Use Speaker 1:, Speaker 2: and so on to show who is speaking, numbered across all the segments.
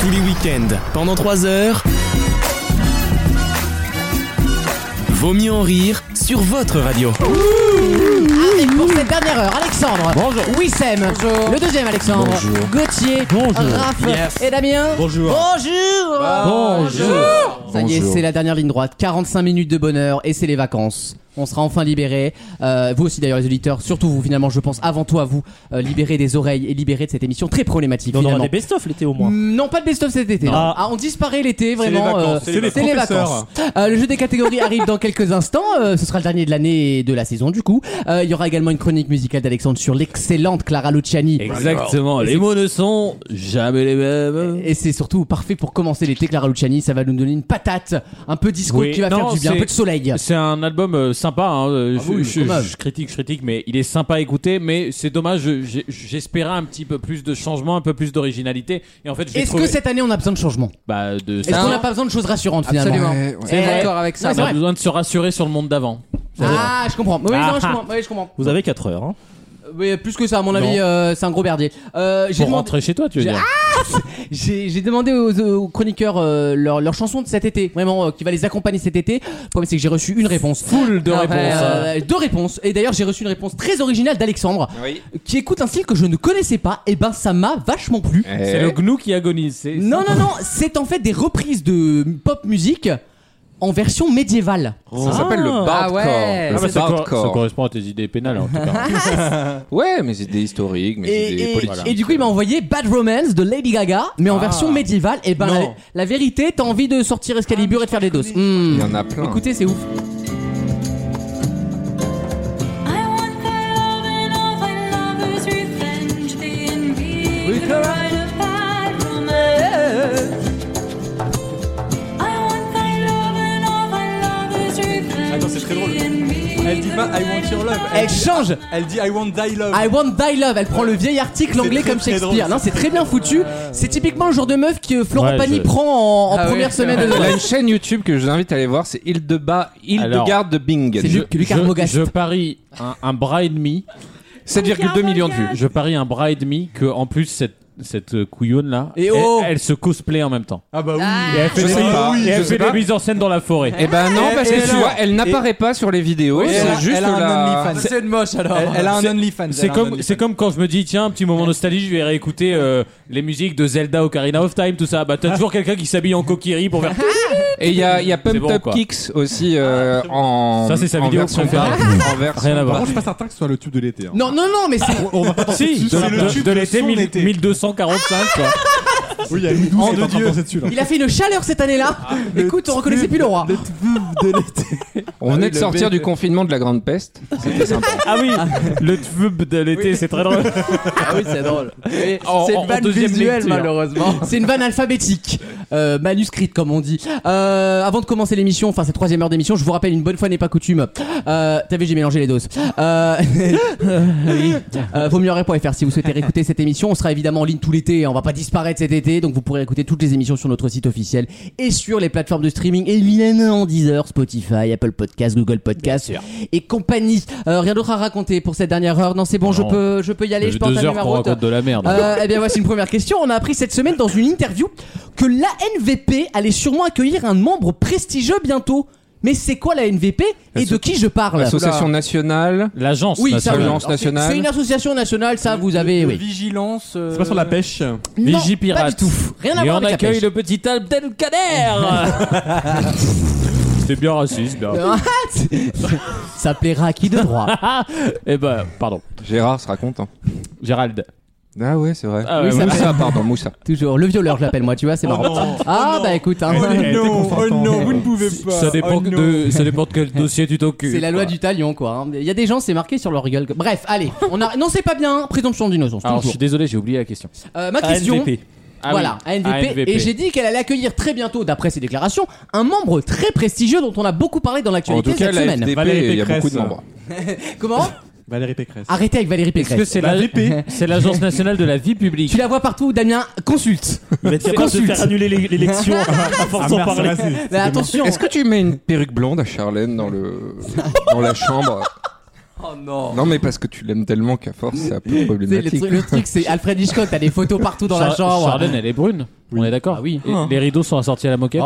Speaker 1: Tous les week-ends, pendant 3 heures. Vaut mieux en rire sur votre radio.
Speaker 2: Avec Ah, pour cette dernière heure, Alexandre. Bonjour. Wissem. Le deuxième, Alexandre.
Speaker 3: Bonjour.
Speaker 2: Gauthier.
Speaker 3: Bonjour.
Speaker 2: Raph.
Speaker 1: Yes.
Speaker 2: Et Damien.
Speaker 3: Bonjour.
Speaker 2: Bonjour. Ça y est,
Speaker 3: Bonjour.
Speaker 2: c'est la dernière ligne droite. 45 minutes de bonheur et c'est les vacances. On sera enfin libérés. Euh, vous aussi d'ailleurs les auditeurs, surtout vous finalement, je pense avant tout à vous, euh, libérés des oreilles et libérés de cette émission très problématique
Speaker 4: On aura
Speaker 2: finalement.
Speaker 4: des best-of l'été au moins.
Speaker 2: Mm, Non, pas de best-of cet été.
Speaker 4: Ah.
Speaker 2: Ah, on disparaît l'été, vraiment.
Speaker 5: vacances,
Speaker 2: euh,
Speaker 5: c'est les
Speaker 2: C'est les vacances.
Speaker 5: professeurs.
Speaker 2: Euh, le jeu des catégories arrive dans quelques instants. euh, ce sera le dernier de l'année et de la saison, du coup. Euh, Il y aura également une chronique musicale d'Alexandre sur l'excellente Clara Luciani.
Speaker 3: Exactement, les mots ne sont jamais les mêmes.
Speaker 2: Et c'est surtout parfait pour commencer l'été, Clara Luciani. Ça va nous donner une patate, un peu disco
Speaker 6: Oui,
Speaker 2: qui va
Speaker 6: non,
Speaker 2: faire du bien, un
Speaker 6: c'est-
Speaker 2: peu de soleil.
Speaker 6: C'est un album euh, sympa. hein, euh,
Speaker 2: Ah
Speaker 6: je,
Speaker 2: oui,
Speaker 6: je-
Speaker 2: quand même.
Speaker 6: je critique, je critique, mais il est sympa à écouter. Mais c'est dommage. je- j'ai- J'espérais un petit peu plus de changement, un peu plus d'originalité. Et en fait, je l'ai
Speaker 2: Est-ce
Speaker 6: trouvé.
Speaker 2: que cette année on a besoin de changement
Speaker 6: bah, de
Speaker 2: Est-ce
Speaker 6: ça,
Speaker 2: qu'on n'a pas besoin de choses rassurantes finalement
Speaker 7: Absolument.
Speaker 3: Ouais,
Speaker 7: C'est
Speaker 2: Eh,
Speaker 7: d'accord avec
Speaker 2: non,
Speaker 7: ça.
Speaker 2: c'est
Speaker 6: on a
Speaker 2: vrai.
Speaker 6: besoin de se rassurer sur le monde d'avant.
Speaker 2: Ah, je comprends. Oui,
Speaker 6: Ah,
Speaker 2: non, je
Speaker 6: ah.
Speaker 2: comprends. Oui, je comprends.
Speaker 4: Vous avez 4 heures. Hein.
Speaker 2: Oui, plus que ça, à mon avis, euh, c'est un gros berdier. Euh, j'ai
Speaker 6: Pour
Speaker 2: demandé-
Speaker 6: rentrer chez toi, tu veux
Speaker 2: J'ai- Ah,
Speaker 6: dire
Speaker 2: J'ai j'ai demandé aux, aux chroniqueurs euh, leur, leur chanson de cet été, vraiment, euh, qui va les accompagner cet été. Le problème, c'est que j'ai reçu une réponse.
Speaker 6: Full de
Speaker 7: Ah,
Speaker 6: réponses.
Speaker 7: ouais,
Speaker 6: hein.
Speaker 2: Euh, deux réponses. Et d'ailleurs, j'ai reçu une réponse très originale d'Alexandre,
Speaker 5: Oui.
Speaker 2: qui écoute un style que je ne connaissais pas. Et ben, ça m'a vachement plu.
Speaker 7: Eh.
Speaker 6: C'est le gnou qui agonise. c'est-
Speaker 2: Non, non, non, c'est en fait des reprises de pop musique en version médiévale.
Speaker 7: Ça s'appelle le
Speaker 4: Ah,
Speaker 7: bardcore. ouais. Le
Speaker 6: Ah bah, ça, cor- ça
Speaker 7: bardcore.
Speaker 6: correspond à tes idées pénales en tout cas.
Speaker 7: Ah Ouais, mais c'est des historiques, mais c'est des
Speaker 2: Et, et-
Speaker 7: politiques.
Speaker 2: et du coup, il m'a envoyé Bad Romance de Lady Gaga, mais en
Speaker 6: Ah.
Speaker 2: version médiévale. Et ben, la, la vérité, t'as envie de sortir Excalibur et de faire des
Speaker 6: Ah,
Speaker 2: doses. Hmm.
Speaker 7: Il y en a plein.
Speaker 2: Écoutez, c'est ouf.
Speaker 8: I want thy love and all thy lovers' revenge. The envy, the pride of thy romance. I want thy love and all thy lovers' revenge.
Speaker 5: Attends, c'est très drôle.
Speaker 8: The envy,
Speaker 5: Elle dit
Speaker 8: the
Speaker 5: pas I
Speaker 8: pride
Speaker 5: want your
Speaker 8: of
Speaker 5: love.
Speaker 8: thy-
Speaker 2: Elle change
Speaker 5: Elle dit I want thy love.
Speaker 2: I want thy love. Elle prend le vieil article anglais
Speaker 5: très,
Speaker 2: comme
Speaker 5: très
Speaker 2: Shakespeare.
Speaker 5: drôle.
Speaker 2: Non, c'est très bien foutu. C'est typiquement le genre de meuf que Florent
Speaker 6: Ouais,
Speaker 2: Pagny
Speaker 6: je-
Speaker 2: prend en, en
Speaker 7: Ah ouais,
Speaker 2: première
Speaker 7: c'est
Speaker 2: semaine
Speaker 7: vrai.
Speaker 2: de.
Speaker 7: Elle a une chaîne YouTube que je vous invite à aller voir, c'est Hildeba- Hildegarde de Bingen.
Speaker 2: C'est
Speaker 6: Je,
Speaker 2: Luc- Lucas
Speaker 6: je-
Speaker 2: Arbogast.
Speaker 6: je parie un, un bras et demi. Ah,
Speaker 7: 7,2 millions de vues.
Speaker 6: Je parie un bras et demi que en plus cette cette couillonne là,
Speaker 2: Et
Speaker 6: elle,
Speaker 2: oh
Speaker 6: elle se cosplay en même temps.
Speaker 5: Ah bah oui.
Speaker 6: Et elle fait,
Speaker 7: Je
Speaker 6: des,
Speaker 7: sais pas,
Speaker 6: et
Speaker 7: je
Speaker 6: elle
Speaker 7: sais
Speaker 6: fait
Speaker 7: pas.
Speaker 6: des mises en scène dans la forêt.
Speaker 7: Eh ben non, parce
Speaker 5: Et
Speaker 7: que tu
Speaker 5: elle a-
Speaker 7: vois, elle n'apparaît pas sur les vidéos,
Speaker 5: Oui, elle a-
Speaker 7: c'est juste
Speaker 5: elle a un
Speaker 7: la...
Speaker 5: OnlyFans.
Speaker 2: C'est moche alors.
Speaker 5: Elle, elle a un
Speaker 6: C'est-
Speaker 5: OnlyFans.
Speaker 6: C'est
Speaker 5: elle a un
Speaker 6: comme,
Speaker 5: OnlyFans.
Speaker 6: c'est comme quand je me dis, tiens, un petit moment nostalgie, je vais réécouter euh, les musiques de Zelda Ocarina of Time, tout ça. Bah, t'as toujours quelqu'un qui s'habille en coquillerie pour faire.
Speaker 7: Et il y a, il y a Pump
Speaker 6: C'est bon,
Speaker 7: Up
Speaker 6: quoi.
Speaker 7: Kicks aussi euh, en
Speaker 6: Ça, c'est sa
Speaker 7: en
Speaker 6: vidéo
Speaker 7: version
Speaker 6: préférée.
Speaker 7: bas. en version
Speaker 6: Rien à
Speaker 5: Par
Speaker 6: voir.
Speaker 5: contre, je suis pas certain que ce soit le tube de l'été. hein.
Speaker 2: Non, non, non, mais
Speaker 7: Ah,
Speaker 2: c'est.
Speaker 6: Si, de,
Speaker 5: C'est le
Speaker 6: de-
Speaker 5: tube
Speaker 6: de
Speaker 5: de
Speaker 6: l'été
Speaker 5: son
Speaker 6: mille-
Speaker 5: été.
Speaker 6: 1245, quoi.
Speaker 5: Oui, il y a Loudou,
Speaker 6: Oh,
Speaker 5: c'est
Speaker 6: de
Speaker 5: en train
Speaker 6: Dieu.
Speaker 5: de penser dessus là.
Speaker 2: Il a fait une chaleur cette année-là. Écoute, on reconnaissait plus le roi.
Speaker 5: Le tube de l'été.
Speaker 7: On venait de sortir du confinement de la Grande Peste. C'était sympa.
Speaker 6: Ah oui, le tube de l'été, c'est très drôle.
Speaker 2: Ah oui, c'est drôle.
Speaker 6: En- en- en deuxième lecture.
Speaker 2: malheureusement. C'est une vanne alphabétique, euh, manuscrite comme on dit. Euh, avant de commencer l'émission, enfin cette troisième heure d'émission, je vous rappelle une bonne fois n'est pas coutume. Euh, T'as vu, j'ai mélangé les doses. Euh, oui. Euh, vaut mieux en rire.fr si vous souhaitez réécouter cette émission. On sera évidemment en ligne tout l'été. hein. On va pas disparaître cet été, donc vous pourrez écouter toutes les émissions sur notre site officiel et sur les plateformes de streaming. Évidemment, Deezer, Spotify, Apple Podcast, Google Podcast et compagnie. Euh, rien d'autre à raconter pour cette dernière heure. Non, c'est bon, je
Speaker 6: Non.
Speaker 2: peux, je peux y aller. Je porte
Speaker 6: Euh, deux
Speaker 2: un
Speaker 6: heures qu'on
Speaker 2: numéro.
Speaker 6: raconte de la merde.
Speaker 2: Euh, eh bien, voici une première question. On a appris cette semaine dans une interview que l'ANVP allait sûrement accueillir un membre prestigieux bientôt. Mais c'est quoi la NVP et de qui je parle
Speaker 7: Association nationale.
Speaker 6: L'agence,
Speaker 2: Oui, ça,
Speaker 6: nationale.
Speaker 7: Surveillance
Speaker 2: alors, c'est-
Speaker 7: nationale.
Speaker 2: C'est une association nationale, ça, vous avez. Oui.
Speaker 5: Vigilance. C'est pas sur la pêche.
Speaker 2: Non,
Speaker 6: Vigipirate.
Speaker 2: Pas du tout. Rien à
Speaker 6: Et
Speaker 2: voir
Speaker 6: on
Speaker 2: avec la
Speaker 6: accueille
Speaker 2: pêche.
Speaker 6: le petit Abdelkader C'est bien raciste, bien.
Speaker 2: Ça plaira à qui de droit
Speaker 6: Eh ben, pardon.
Speaker 7: Gérard sera content.
Speaker 6: Gérald.
Speaker 7: Ah ouais, c'est vrai.
Speaker 6: Ah ouais,
Speaker 2: Oui,
Speaker 6: ouais.
Speaker 2: ça-
Speaker 7: Moussa, pardon, Moussa.
Speaker 2: Toujours. Le violeur, je l'appelle, moi, tu vois,
Speaker 6: Oh
Speaker 2: c'est marrant. ah, bah écoute, hein.
Speaker 5: non, oh non, vous ne pouvez pas.
Speaker 6: ça, dépend
Speaker 5: Oh non.
Speaker 6: de, ça dépend de quel dossier tu t'occupes.
Speaker 2: C'est la loi du talion, quoi. hein. Il y a des gens, c'est marqué sur leur gueule. Bref, allez. On a... Non, c'est pas bien. hein. Présomption d'innocence.
Speaker 6: Alors, je
Speaker 2: toujours.
Speaker 6: suis désolé, j'ai oublié la question.
Speaker 2: Euh, ma question.
Speaker 6: Ah
Speaker 2: voilà,
Speaker 6: oui,
Speaker 2: ANVP. Et j'ai dit qu'elle allait accueillir très bientôt, d'après ses déclarations, un membre très prestigieux dont on a beaucoup parlé dans
Speaker 7: En
Speaker 2: l'actualité
Speaker 7: tout cas,
Speaker 2: cette
Speaker 7: la
Speaker 2: semaine.
Speaker 7: FDP,
Speaker 5: Valérie
Speaker 7: il y a
Speaker 5: Pécresse.
Speaker 7: beaucoup de membres.
Speaker 2: Comment
Speaker 5: Valérie Pécresse.
Speaker 2: Arrêtez avec Valérie
Speaker 6: Est-ce que
Speaker 2: Pécresse.
Speaker 6: c'est la C'est l'Agence nationale de la vie publique.
Speaker 2: Tu la vois partout, Damien, consulte.
Speaker 4: Il va être capable de
Speaker 2: Consulte.
Speaker 4: faire annuler l'é- l'élection
Speaker 6: Ah,
Speaker 4: à force d'en parler.
Speaker 2: Mais attention.
Speaker 7: Est-ce que tu mets une perruque blonde à Charlène dans le dans la chambre
Speaker 2: Oh non.
Speaker 7: Non, mais parce que tu l'aimes tellement qu'à force, c'est un peu
Speaker 2: C'est le
Speaker 7: problématique.
Speaker 2: truc, le truc, c'est Alfred Hitchcock, t'as des photos partout dans la
Speaker 6: Char-
Speaker 2: chambre.
Speaker 6: Charlène, elle est brune. On est d'accord.
Speaker 2: Ah oui. Ah,
Speaker 6: Et Les rideaux sont assortis à la moquette.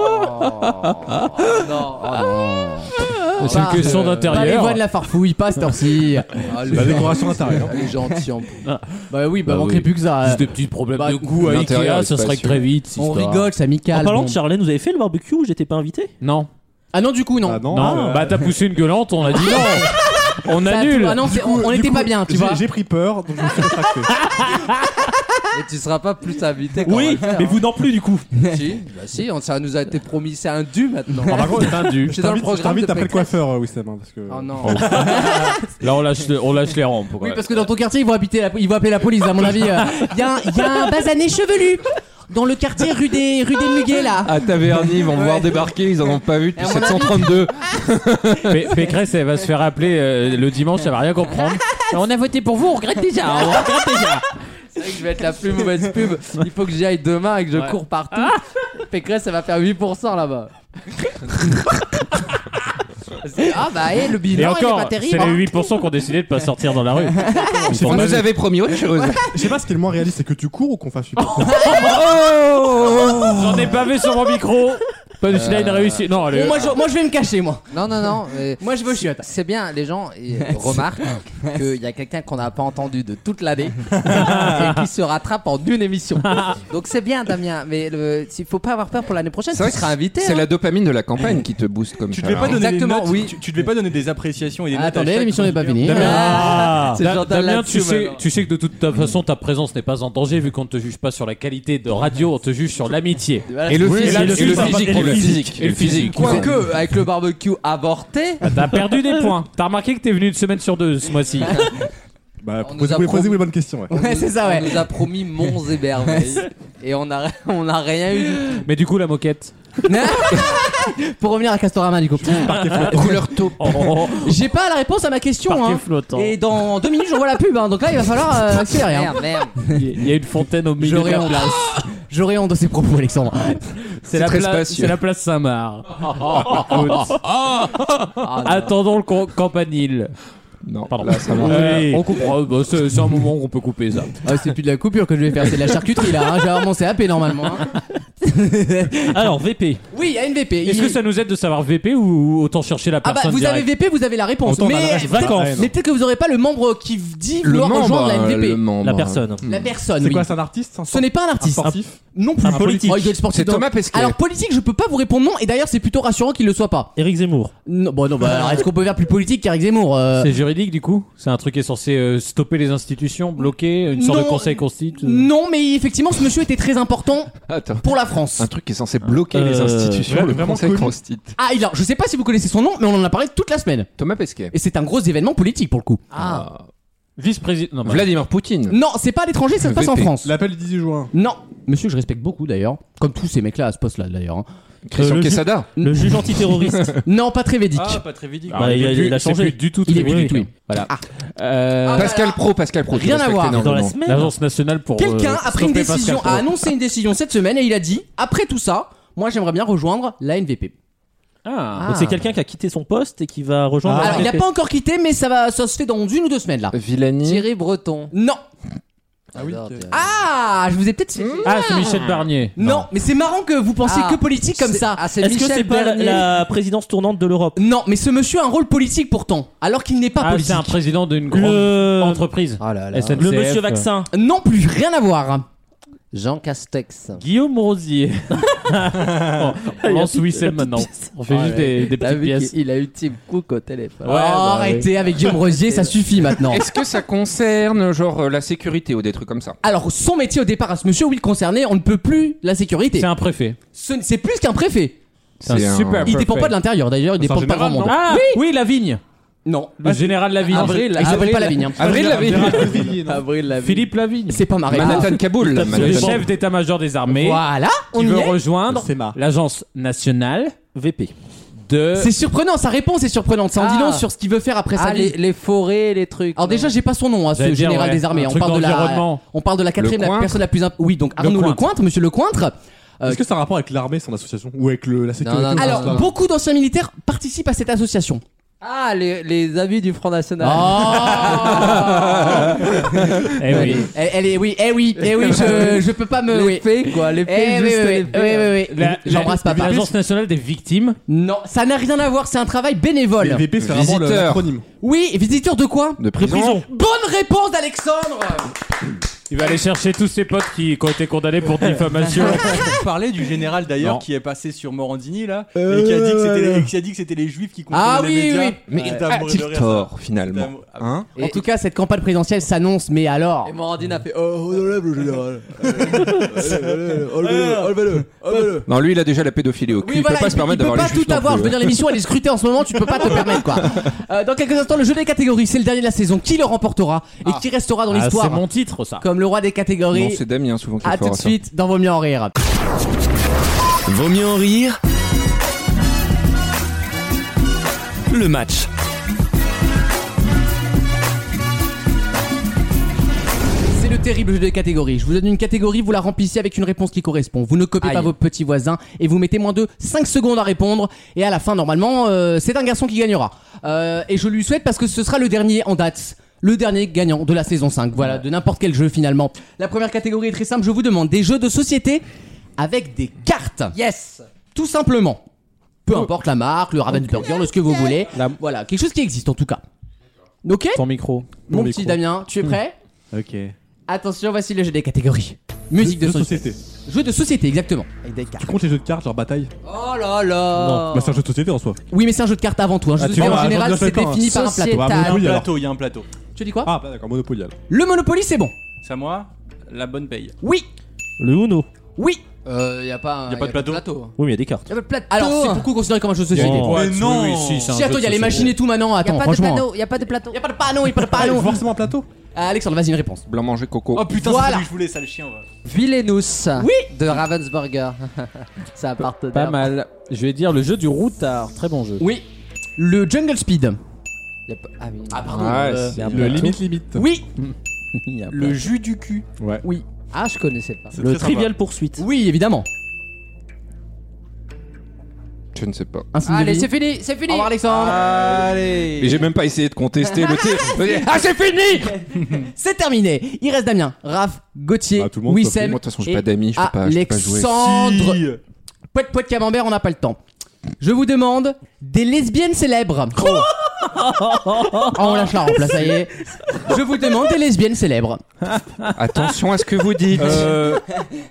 Speaker 2: Oh non.
Speaker 6: C'est une question
Speaker 2: Pas bah, les
Speaker 6: d'intérieur.
Speaker 2: voix de la farfouille, pas cette heure-ci. Ah, le
Speaker 5: La
Speaker 2: genre.
Speaker 5: décoration intérieure.
Speaker 2: Elle est gentille en plus.
Speaker 6: Ah.
Speaker 2: Bah oui, bah,
Speaker 6: Bah
Speaker 2: manquerait
Speaker 6: oui.
Speaker 2: plus que ça.
Speaker 6: Juste des petits problèmes
Speaker 2: Bah,
Speaker 6: de goût à Ikea,
Speaker 7: l'intérieur, il se
Speaker 6: ça se
Speaker 7: passe
Speaker 6: règle
Speaker 7: sur-
Speaker 6: très vite. cette
Speaker 2: On
Speaker 6: histoire.
Speaker 2: rigole, c'est
Speaker 1: En
Speaker 6: Ah,
Speaker 2: amical.
Speaker 1: parlant
Speaker 2: bon.
Speaker 1: de Charlène, vous avez fait le barbecue où j'étais pas invité
Speaker 6: Non.
Speaker 2: Ah non, du coup, non.
Speaker 5: Ah non,
Speaker 6: non.
Speaker 5: euh,
Speaker 6: Bah t'as poussé une gueulante, on a dit non. on
Speaker 2: Ça a
Speaker 6: annule.
Speaker 2: tout- Ah non, c'est- on on
Speaker 5: du
Speaker 2: était
Speaker 5: coup,
Speaker 2: pas bien, tu
Speaker 5: j'ai-
Speaker 2: vois.
Speaker 5: J'ai pris peur, donc je me suis rétracté.
Speaker 9: Et tu seras pas plus invité quand
Speaker 1: Oui, mais vous non plus du coup.
Speaker 9: Si, bah si, on, ça nous a été promis, c'est un dû maintenant.
Speaker 6: Ah, par contre, c'est un dû.
Speaker 9: C'est dans le
Speaker 5: T'invite-
Speaker 9: programme de
Speaker 5: T'invites après le
Speaker 9: Pécresse.
Speaker 5: coiffeur, euh, Wissem. hein, parce que-
Speaker 9: Oh non.
Speaker 6: Là, on lâche, le- on lâche les rampes. quoi.
Speaker 2: Oui, parce que dans ton quartier, ils vont, habiter la- ils vont appeler la police, à mon avis.
Speaker 9: euh.
Speaker 2: Il y, a un- y a un basané chevelu dans le quartier rue des, rue des Muguets, là.
Speaker 7: À Taverny, ils vont me voir débarquer, ils en ont pas vu depuis 732.
Speaker 6: Pé- Pécresse, elle va se faire appeler euh, le dimanche, elle va rien comprendre. on a voté pour vous, on regrette déjà.
Speaker 9: hein.
Speaker 6: On regrette déjà.
Speaker 9: C'est vrai que je vais être la plus mauvaise pub. Il faut que j'y aille demain et que je cours partout. Pécresse, ça va faire 8% là-bas. C'est- ah bah, hé, le
Speaker 6: Et
Speaker 9: bilan, il est pas
Speaker 6: encore, c'est les
Speaker 9: terrible. hein.
Speaker 6: 8% qui ont décidé de pas sortir dans la rue. Ils sont
Speaker 7: On
Speaker 6: pas
Speaker 7: nous avait promis autre chose.
Speaker 5: Je sais pas ce qui est le moins réaliste, c'est que tu cours ou qu'on fasse super.
Speaker 6: J'en ai bavé sur mon micro. Punchline réussie. Non, allez.
Speaker 2: Bon, moi, je, moi, je vais me cacher, moi.
Speaker 9: Non, non, non. mais
Speaker 2: Moi, je veux chiottes.
Speaker 9: C'est bien, les gens et, remarquent qu'il y a quelqu'un qu'on n'a pas entendu de toute l'année et qui se rattrape en une émission. Donc c'est bien, Damien, mais le- il faut pas avoir peur pour l'année prochaine,
Speaker 7: C'est vrai
Speaker 9: tu
Speaker 7: que
Speaker 9: seras invité.
Speaker 7: C'est
Speaker 9: hein.
Speaker 7: la dopamine de la campagne qui te booste comme
Speaker 1: Tu
Speaker 7: ça.
Speaker 1: devais pas
Speaker 7: hein.
Speaker 1: donner des
Speaker 9: Exactement,
Speaker 1: notes,
Speaker 9: oui.
Speaker 1: tu, tu devais pas donner des appréciations et des notes. à
Speaker 2: Attendez,
Speaker 1: chaque
Speaker 2: l'émission n'est pas
Speaker 1: conducteur.
Speaker 2: finie.
Speaker 6: Ah.
Speaker 9: C'est
Speaker 6: Da-
Speaker 9: Jordan
Speaker 6: Damien,
Speaker 9: là-dessus,
Speaker 6: tu sais,
Speaker 9: maintenant.
Speaker 6: tu sais que de toute ta façon, ta présence n'est pas en danger vu qu'on ne te juge pas sur la qualité de radio, on te juge sur l'amitié.
Speaker 7: Et le
Speaker 1: Oui,
Speaker 7: physique,
Speaker 1: là,
Speaker 7: et le
Speaker 1: dessus, ça va
Speaker 7: physique,
Speaker 1: pas-
Speaker 7: et
Speaker 1: et le
Speaker 7: le physique,
Speaker 6: Et le physique.
Speaker 9: Quoique, avec le barbecue avorté,
Speaker 6: Ah, T'as perdu des points. T'as remarqué que t'es venu une semaine sur deux ce mois-ci.
Speaker 5: Bah,
Speaker 9: On
Speaker 5: vous
Speaker 9: nous a
Speaker 5: pouvez
Speaker 9: promis-
Speaker 5: poser les bonnes questions, ouais.
Speaker 2: Ouais, c'est ça,
Speaker 9: on
Speaker 2: ouais.
Speaker 9: nous a promis monts et merveilles et on a, on a rien eu.
Speaker 6: Mais du coup, la moquette.
Speaker 2: Pour revenir à Castorama, du coup.
Speaker 7: Couleur taupe.
Speaker 6: Oh,
Speaker 2: J'ai pas la réponse à ma question, hein.
Speaker 6: flottant.
Speaker 2: Et dans deux minutes, je vois la pub, hein. Donc là, il va falloir euh, accélérer, hein.
Speaker 9: Merde, merde.
Speaker 6: Il y a une fontaine au milieu de
Speaker 2: J'aurais
Speaker 6: la
Speaker 2: honte.
Speaker 6: place.
Speaker 2: J'aurais honte de ces propos, Alexandre.
Speaker 6: C'est la,
Speaker 7: très
Speaker 6: pla-
Speaker 7: spacieux.
Speaker 6: c'est la place Saint-Marc. Écoute, Ah, Attendons le com- campanile.
Speaker 7: Non,
Speaker 6: Pardon.
Speaker 7: là, ça va.
Speaker 6: Euh,
Speaker 1: Oui.
Speaker 6: on comprend. Bah, c'est c'est un moment où on peut couper ça.
Speaker 2: Ah, c'est plus de la coupure que je vais faire, c'est de la charcuterie, là. Hein. J'ai vraiment mon CAP, normalement. hein.
Speaker 1: Alors VP.
Speaker 2: Oui, ANVP.
Speaker 6: Est-ce
Speaker 2: Il-
Speaker 6: que ça nous aide de savoir VP ou autant chercher la
Speaker 2: Ah bah
Speaker 6: personne
Speaker 2: vous avez
Speaker 6: directe
Speaker 2: VP, vous avez la réponse.
Speaker 1: Autant on a
Speaker 2: mais
Speaker 1: la réponse. Vacances.
Speaker 2: mais peut-être que vous aurez pas le membre qui dit
Speaker 7: Le
Speaker 2: vouloir
Speaker 7: membre,
Speaker 2: rejoindre la
Speaker 7: hein,
Speaker 2: NVP.
Speaker 7: le membre.
Speaker 1: La personne.
Speaker 2: La personne.
Speaker 5: C'est
Speaker 2: oui.
Speaker 5: quoi, c'est un artiste un
Speaker 2: Ce n'est pas un
Speaker 5: un
Speaker 2: artiste.
Speaker 5: sportif
Speaker 2: Non plus.
Speaker 1: Un politique.
Speaker 2: Oh, il doit être sportif.
Speaker 7: C'est
Speaker 2: Donc-
Speaker 7: Thomas Pesquet.
Speaker 2: Alors politique, je peux pas vous répondre non. Et d'ailleurs, c'est plutôt rassurant qu'il le soit pas.
Speaker 1: Eric Zemmour.
Speaker 2: Non, bon non. Bah, alors, est-ce qu'on peut faire plus politique qu'Eric Zemmour euh,
Speaker 6: C'est juridique du coup C'est un truc qui est censé euh, stopper les institutions, bloquer une sorte
Speaker 2: Non.
Speaker 6: de conseil constitue euh,
Speaker 2: Non, mais effectivement, ce monsieur était très important
Speaker 7: Attends.
Speaker 2: pour la France.
Speaker 7: Un truc qui est censé bloquer
Speaker 1: Euh,
Speaker 7: les institutions,
Speaker 5: ouais,
Speaker 7: le
Speaker 5: vraiment
Speaker 7: conseil
Speaker 5: connu.
Speaker 7: constitue.
Speaker 2: Ah, il a. Je sais pas si vous connaissez son nom, mais on en a parlé toute la semaine.
Speaker 7: Thomas Pesquet.
Speaker 2: Et c'est un gros événement politique pour le coup.
Speaker 9: Ah,
Speaker 6: Vice-président. non, bah,
Speaker 7: Vladimir Poutine.
Speaker 2: Non, c'est pas à l'étranger, ça se passe en
Speaker 7: VP.
Speaker 2: France.
Speaker 5: L'appel du 18 juin.
Speaker 2: Non, monsieur que je respecte beaucoup d'ailleurs, comme tous ces mecs-là à ce poste-là d'ailleurs. hein.
Speaker 1: Euh,
Speaker 7: Christian
Speaker 1: le ju-
Speaker 7: Quesada.
Speaker 1: Le juge antiterroriste.
Speaker 2: Non, pas très védique.
Speaker 5: pas très vidique.
Speaker 2: Ah,
Speaker 1: Bah, il, a, il a
Speaker 6: c'est
Speaker 1: changé.
Speaker 6: plus du tout.
Speaker 2: Il est
Speaker 6: Ah, très
Speaker 2: plus du
Speaker 6: bien.
Speaker 2: tout, oui.
Speaker 6: Voilà. Euh,
Speaker 2: Ah,
Speaker 7: Pascal Pro, Pascal Pro. je
Speaker 2: Rien à
Speaker 7: respecte
Speaker 2: voir.
Speaker 1: Dans
Speaker 2: Dans
Speaker 1: la
Speaker 7: énormément.
Speaker 1: semaine.
Speaker 6: L'agence nationale pour.
Speaker 2: Quelqu'un
Speaker 6: euh,
Speaker 2: a pris une
Speaker 6: stopper Pascal
Speaker 2: décision, Ah,
Speaker 6: Pro.
Speaker 2: a annoncé une décision cette semaine et il a dit après tout ça, moi j'aimerais bien rejoindre la NVP.
Speaker 6: Ah.
Speaker 1: Donc c'est quelqu'un qui a quitté son poste et qui va rejoindre.
Speaker 5: Ah,
Speaker 1: la
Speaker 2: Alors il n'a
Speaker 1: VP.
Speaker 2: pas encore quitté, mais ça va, ça se fait dans une ou deux semaines
Speaker 9: Euh.
Speaker 2: là.
Speaker 7: Villani.
Speaker 9: Thierry Breton.
Speaker 2: Non.
Speaker 9: Ah oui.
Speaker 2: Ah, je vous ai peut-être.
Speaker 6: Ah, c'est Michel Barnier.
Speaker 2: Non, mais c'est marrant que vous pensiez
Speaker 9: Hmm Ah,
Speaker 2: que politique comme ça.
Speaker 9: Ah, c'est
Speaker 1: Est-ce que
Speaker 9: Michel
Speaker 1: c'est pas la,
Speaker 9: Bernier.
Speaker 1: la présidence tournante de l'Europe
Speaker 2: Non, mais ce monsieur a un rôle politique pourtant, alors qu'il n'est pas
Speaker 6: Ah, c'est
Speaker 2: politique. Ah
Speaker 6: un président d'une grande
Speaker 1: Le
Speaker 6: entreprise.
Speaker 9: Oh là là.
Speaker 6: SNCF.
Speaker 1: le monsieur vaccin.
Speaker 2: Non plus, rien à voir.
Speaker 9: Jean Castex.
Speaker 6: Guillaume Rosier. bon, on lance Wissem maintenant. On
Speaker 2: Ah
Speaker 6: fait juste des, des
Speaker 9: T'as
Speaker 6: petites
Speaker 9: vu
Speaker 6: pièces.
Speaker 9: qu'il il a eu Tim Cook au
Speaker 6: bah,
Speaker 9: téléphone.
Speaker 2: Oh, arrêtez avec Guillaume Rosier, ça suffit maintenant.
Speaker 7: Est-ce que ça concerne genre euh, la sécurité ou des trucs comme ça
Speaker 2: Alors son métier au départ à ce monsieur, oui, le concernait, on ne peut plus la sécurité.
Speaker 6: C'est un préfet.
Speaker 2: Ce n- C'est plus qu'un préfet.
Speaker 6: C'est un super
Speaker 2: Il
Speaker 6: préfet.
Speaker 2: dépend pas de l'intérieur d'ailleurs, il
Speaker 5: C'est un
Speaker 2: dépend de pas grand
Speaker 5: général,
Speaker 2: monde.
Speaker 5: non
Speaker 6: Ah oui, la vigne.
Speaker 2: Non.
Speaker 6: Le général Lavigne.
Speaker 2: Avril, il s'appelle
Speaker 9: Avril-
Speaker 2: pas la vigne. hein.
Speaker 7: Avril Lavigne.
Speaker 9: Avril Lavigne.
Speaker 6: Philippe Lavigne.
Speaker 2: C'est pas ma
Speaker 9: Bah,
Speaker 2: réponse.
Speaker 6: Bah,
Speaker 7: Manhattan Kaboul.
Speaker 1: tape sur les
Speaker 6: Le
Speaker 7: Manhattan.
Speaker 1: gens.
Speaker 6: chef d'état-major des armées
Speaker 2: Voilà, on
Speaker 6: qui
Speaker 2: y
Speaker 6: veut
Speaker 2: est.
Speaker 6: rejoindre
Speaker 5: C'est marre.
Speaker 6: l'agence nationale
Speaker 1: VP.
Speaker 6: de.
Speaker 2: C'est surprenant, sa réponse est surprenante. Ça en dit
Speaker 9: Ah.
Speaker 2: long sur ce qu'il veut faire après sa
Speaker 9: Ah, les,
Speaker 2: vie.
Speaker 9: les forêts, les trucs.
Speaker 2: Alors déjà, j'ai pas son nom, hein, ce
Speaker 6: J'allais dire,
Speaker 2: général
Speaker 6: ouais,
Speaker 2: des armées.
Speaker 6: un
Speaker 2: On
Speaker 6: truc
Speaker 2: parle de la,
Speaker 6: d'environnement.
Speaker 2: on parle de la quatrième la
Speaker 7: Lecointre.
Speaker 2: personne la plus imp- Oui, donc Arnaud
Speaker 6: Lecointre.
Speaker 2: Lecointre, Monsieur Lecointre. Euh,
Speaker 5: Est-ce que ça a un rapport avec l'armée, son association Ou avec le- la sécurité
Speaker 9: non, non,
Speaker 5: ou
Speaker 2: Alors
Speaker 5: ça
Speaker 2: beaucoup d'anciens militaires participent à cette association.
Speaker 9: Ah, les, les avis du Front National.
Speaker 2: Ah,
Speaker 6: Ah.
Speaker 10: Eh oui.
Speaker 2: Elle, elle est, oui, eh oui, eh oui, je, je peux pas me.
Speaker 9: les
Speaker 2: Oui.
Speaker 9: faits, quoi. Les faits,
Speaker 2: Eh oui,
Speaker 9: juste
Speaker 2: oui, oui,
Speaker 9: les faits.
Speaker 2: oui, oui, oui.
Speaker 11: La-
Speaker 2: J'embrasse
Speaker 11: la-
Speaker 2: papa.
Speaker 11: L'Agence nationale des victimes.
Speaker 2: Non, ça n'a rien à voir, c'est un travail bénévole.
Speaker 5: VP, c'est vraiment le-
Speaker 7: Visiteur.
Speaker 5: l'acronyme.
Speaker 2: Oui, visiteur de quoi
Speaker 7: De prison.
Speaker 2: Bonne réponse d'Alexandre
Speaker 11: Il va aller chercher tous ses potes qui, qui ont été condamnés pour diffamation.
Speaker 12: parlait du général
Speaker 11: Non.
Speaker 12: d'ailleurs qui est passé sur Morandini là
Speaker 5: Euh,
Speaker 12: et qui a dit que c'était les, qui a dit que c'était les juifs qui contrôlaient
Speaker 2: Ah
Speaker 12: les
Speaker 2: oui,
Speaker 12: médias.
Speaker 2: oui.
Speaker 7: Mais
Speaker 12: Putain, mourir de
Speaker 7: a-t-il
Speaker 12: rire, ça.
Speaker 7: tort finalement
Speaker 12: Putain, mou-
Speaker 7: Hein
Speaker 2: En tout cas, cette campagne présidentielle s'annonce, mais alors
Speaker 9: Et Morandine a fait Oh, on enlève le général. Enlevez-le, enlevez-le, enlevez-le.
Speaker 7: Non, lui il a déjà la pédophilie au cul. il peut pas se
Speaker 2: il- il
Speaker 7: permettre
Speaker 2: peut
Speaker 7: d'avoir les
Speaker 2: pas tout
Speaker 7: juifs non
Speaker 2: avoir. Je
Speaker 7: plus,
Speaker 2: veux dire, l'émission elle est scrutée en ce moment, tu peux pas te permettre quoi. Euh, dans quelques instants, le jeu des catégories, c'est le dernier de la saison. Qui le remportera et qui restera dans
Speaker 11: Ah, c'est
Speaker 2: l'histoire
Speaker 11: mon titre, ça.
Speaker 2: comme le roi des
Speaker 7: hein. Non,
Speaker 2: catégories
Speaker 7: c'est Damien souvent qui est
Speaker 2: À Ah,
Speaker 7: fort
Speaker 2: tout de
Speaker 7: ça.
Speaker 2: suite dans Vos mieux en rire.
Speaker 1: Vaut mieux en rire. Le match.
Speaker 2: C'est le terrible jeu des catégories. Je vous donne une catégorie, vous la remplissez avec une réponse qui correspond. Vous ne copiez pas
Speaker 9: Aïe.
Speaker 2: vos petits voisins et vous mettez moins de 5 secondes à répondre. Et à la fin, normalement, euh, c'est un garçon qui gagnera. Euh, et je lui souhaite parce que ce sera le dernier en date. Le dernier gagnant de la saison 5, voilà, de n'importe quel jeu finalement. La première catégorie est très simple, je vous demande des jeux de société avec des cartes.
Speaker 9: Yes.
Speaker 2: Tout simplement. Peu importe la marque, le Ravensburger, le ce que vous voulez. Voilà, quelque chose qui existe en tout cas. Ok
Speaker 10: Ton micro.
Speaker 2: Mon
Speaker 5: Mon
Speaker 2: petit
Speaker 5: micro.
Speaker 2: Damien, tu es prêt
Speaker 5: Ok.
Speaker 2: Attention, voici le jeu des catégories. Musique de,
Speaker 5: Jeux
Speaker 2: société. Jeu de société, exactement.
Speaker 9: Avec des cartes.
Speaker 5: Tu comptes les jeux de cartes, genre bataille
Speaker 9: Oh là là.
Speaker 5: Bah, c'est un jeu de société en soi.
Speaker 2: Oui, mais c'est un jeu de cartes avant tout. Un jeu
Speaker 5: Ah,
Speaker 2: de
Speaker 5: tu
Speaker 2: société,
Speaker 5: vois,
Speaker 2: en
Speaker 5: ah,
Speaker 2: général,
Speaker 5: je suis
Speaker 2: c'était
Speaker 5: d'accord,
Speaker 2: fini
Speaker 9: hein.
Speaker 2: par un
Speaker 9: Sociétal.
Speaker 2: plateau.
Speaker 5: Ah,
Speaker 12: Il
Speaker 5: oui,
Speaker 12: y a un
Speaker 5: alors.
Speaker 12: plateau, il y a un plateau.
Speaker 2: Tu dis quoi
Speaker 5: Ah, bah, d'accord, Monopoly alors.
Speaker 2: Le Monopoly, c'est bon.
Speaker 12: C'est à moi la bonne paye.
Speaker 2: Oui,
Speaker 10: Le Uno.
Speaker 2: oui.
Speaker 9: Euh, y a pas.
Speaker 12: Y a pas de plateau.
Speaker 10: Oui, mais il y a des cartes.
Speaker 9: Y a pas de plateau.
Speaker 2: Alors, c'est beaucoup considéré comme un jeu de
Speaker 11: Il y a
Speaker 2: société.
Speaker 11: des
Speaker 6: Oh.
Speaker 11: boîtes,
Speaker 12: Mais non.
Speaker 11: Oh, oui, oui, si, c'est un
Speaker 2: Si,
Speaker 11: jeu
Speaker 2: attends,
Speaker 11: de
Speaker 2: il y a les
Speaker 11: société.
Speaker 2: machines et tout maintenant.
Speaker 9: Y a
Speaker 2: Attends,
Speaker 9: pas de
Speaker 2: franchement.
Speaker 9: plateau. Y a pas de plateau.
Speaker 2: Y a pas de panneau, y a pas de panneau.
Speaker 5: Forcément un plateau
Speaker 2: Ah, Alexandre, vas-y, une réponse.
Speaker 7: Blanc manger coco.
Speaker 12: Oh putain, c'est
Speaker 2: Voilà.
Speaker 12: celui que je voulais, ça le chien. va.
Speaker 9: Villenous.
Speaker 2: Oui.
Speaker 9: De Ravensburger. Ça appartenait.
Speaker 6: Pas mal. Je vais dire le jeu du routard. Très bon jeu.
Speaker 2: Oui. Le Jungle Speed.
Speaker 9: Y a pas- Ah oui.
Speaker 2: Ah, pardon.
Speaker 7: Ah,
Speaker 2: euh,
Speaker 7: c'est-
Speaker 5: Le limite, limite.
Speaker 2: Oui,
Speaker 12: Le jus du cul.
Speaker 5: Ouais.
Speaker 9: Ah, je connaissais pas.
Speaker 12: C'est
Speaker 10: Le
Speaker 12: très sympa.
Speaker 10: Trivial Poursuite.
Speaker 2: oui, évidemment.
Speaker 7: Je ne sais pas.
Speaker 2: Un signe de
Speaker 9: Allez,
Speaker 2: vie.
Speaker 9: c'est fini, c'est
Speaker 2: Au
Speaker 9: fini.
Speaker 2: revoir, Alexandre.
Speaker 7: Et j'ai même pas essayé de contester le tir. Ah, c'est fini
Speaker 2: C'est terminé. Il reste Damien, Raph, Gauthier,
Speaker 5: Bah, tout le monde,
Speaker 7: Moi,
Speaker 2: Wissem.
Speaker 7: de toute façon, j'ai
Speaker 2: et
Speaker 7: pas d'amis, je peux pas, je peux pas jouer.
Speaker 2: Alexandre.
Speaker 12: Si.
Speaker 2: Poète, poète, camembert, on n'a pas le temps. Je vous demande des lesbiennes célèbres. Ah, on lâche la rampe, là, ça y est. Je vous demande des lesbiennes célèbres.
Speaker 7: Attention à ce que vous dites.
Speaker 6: Euh,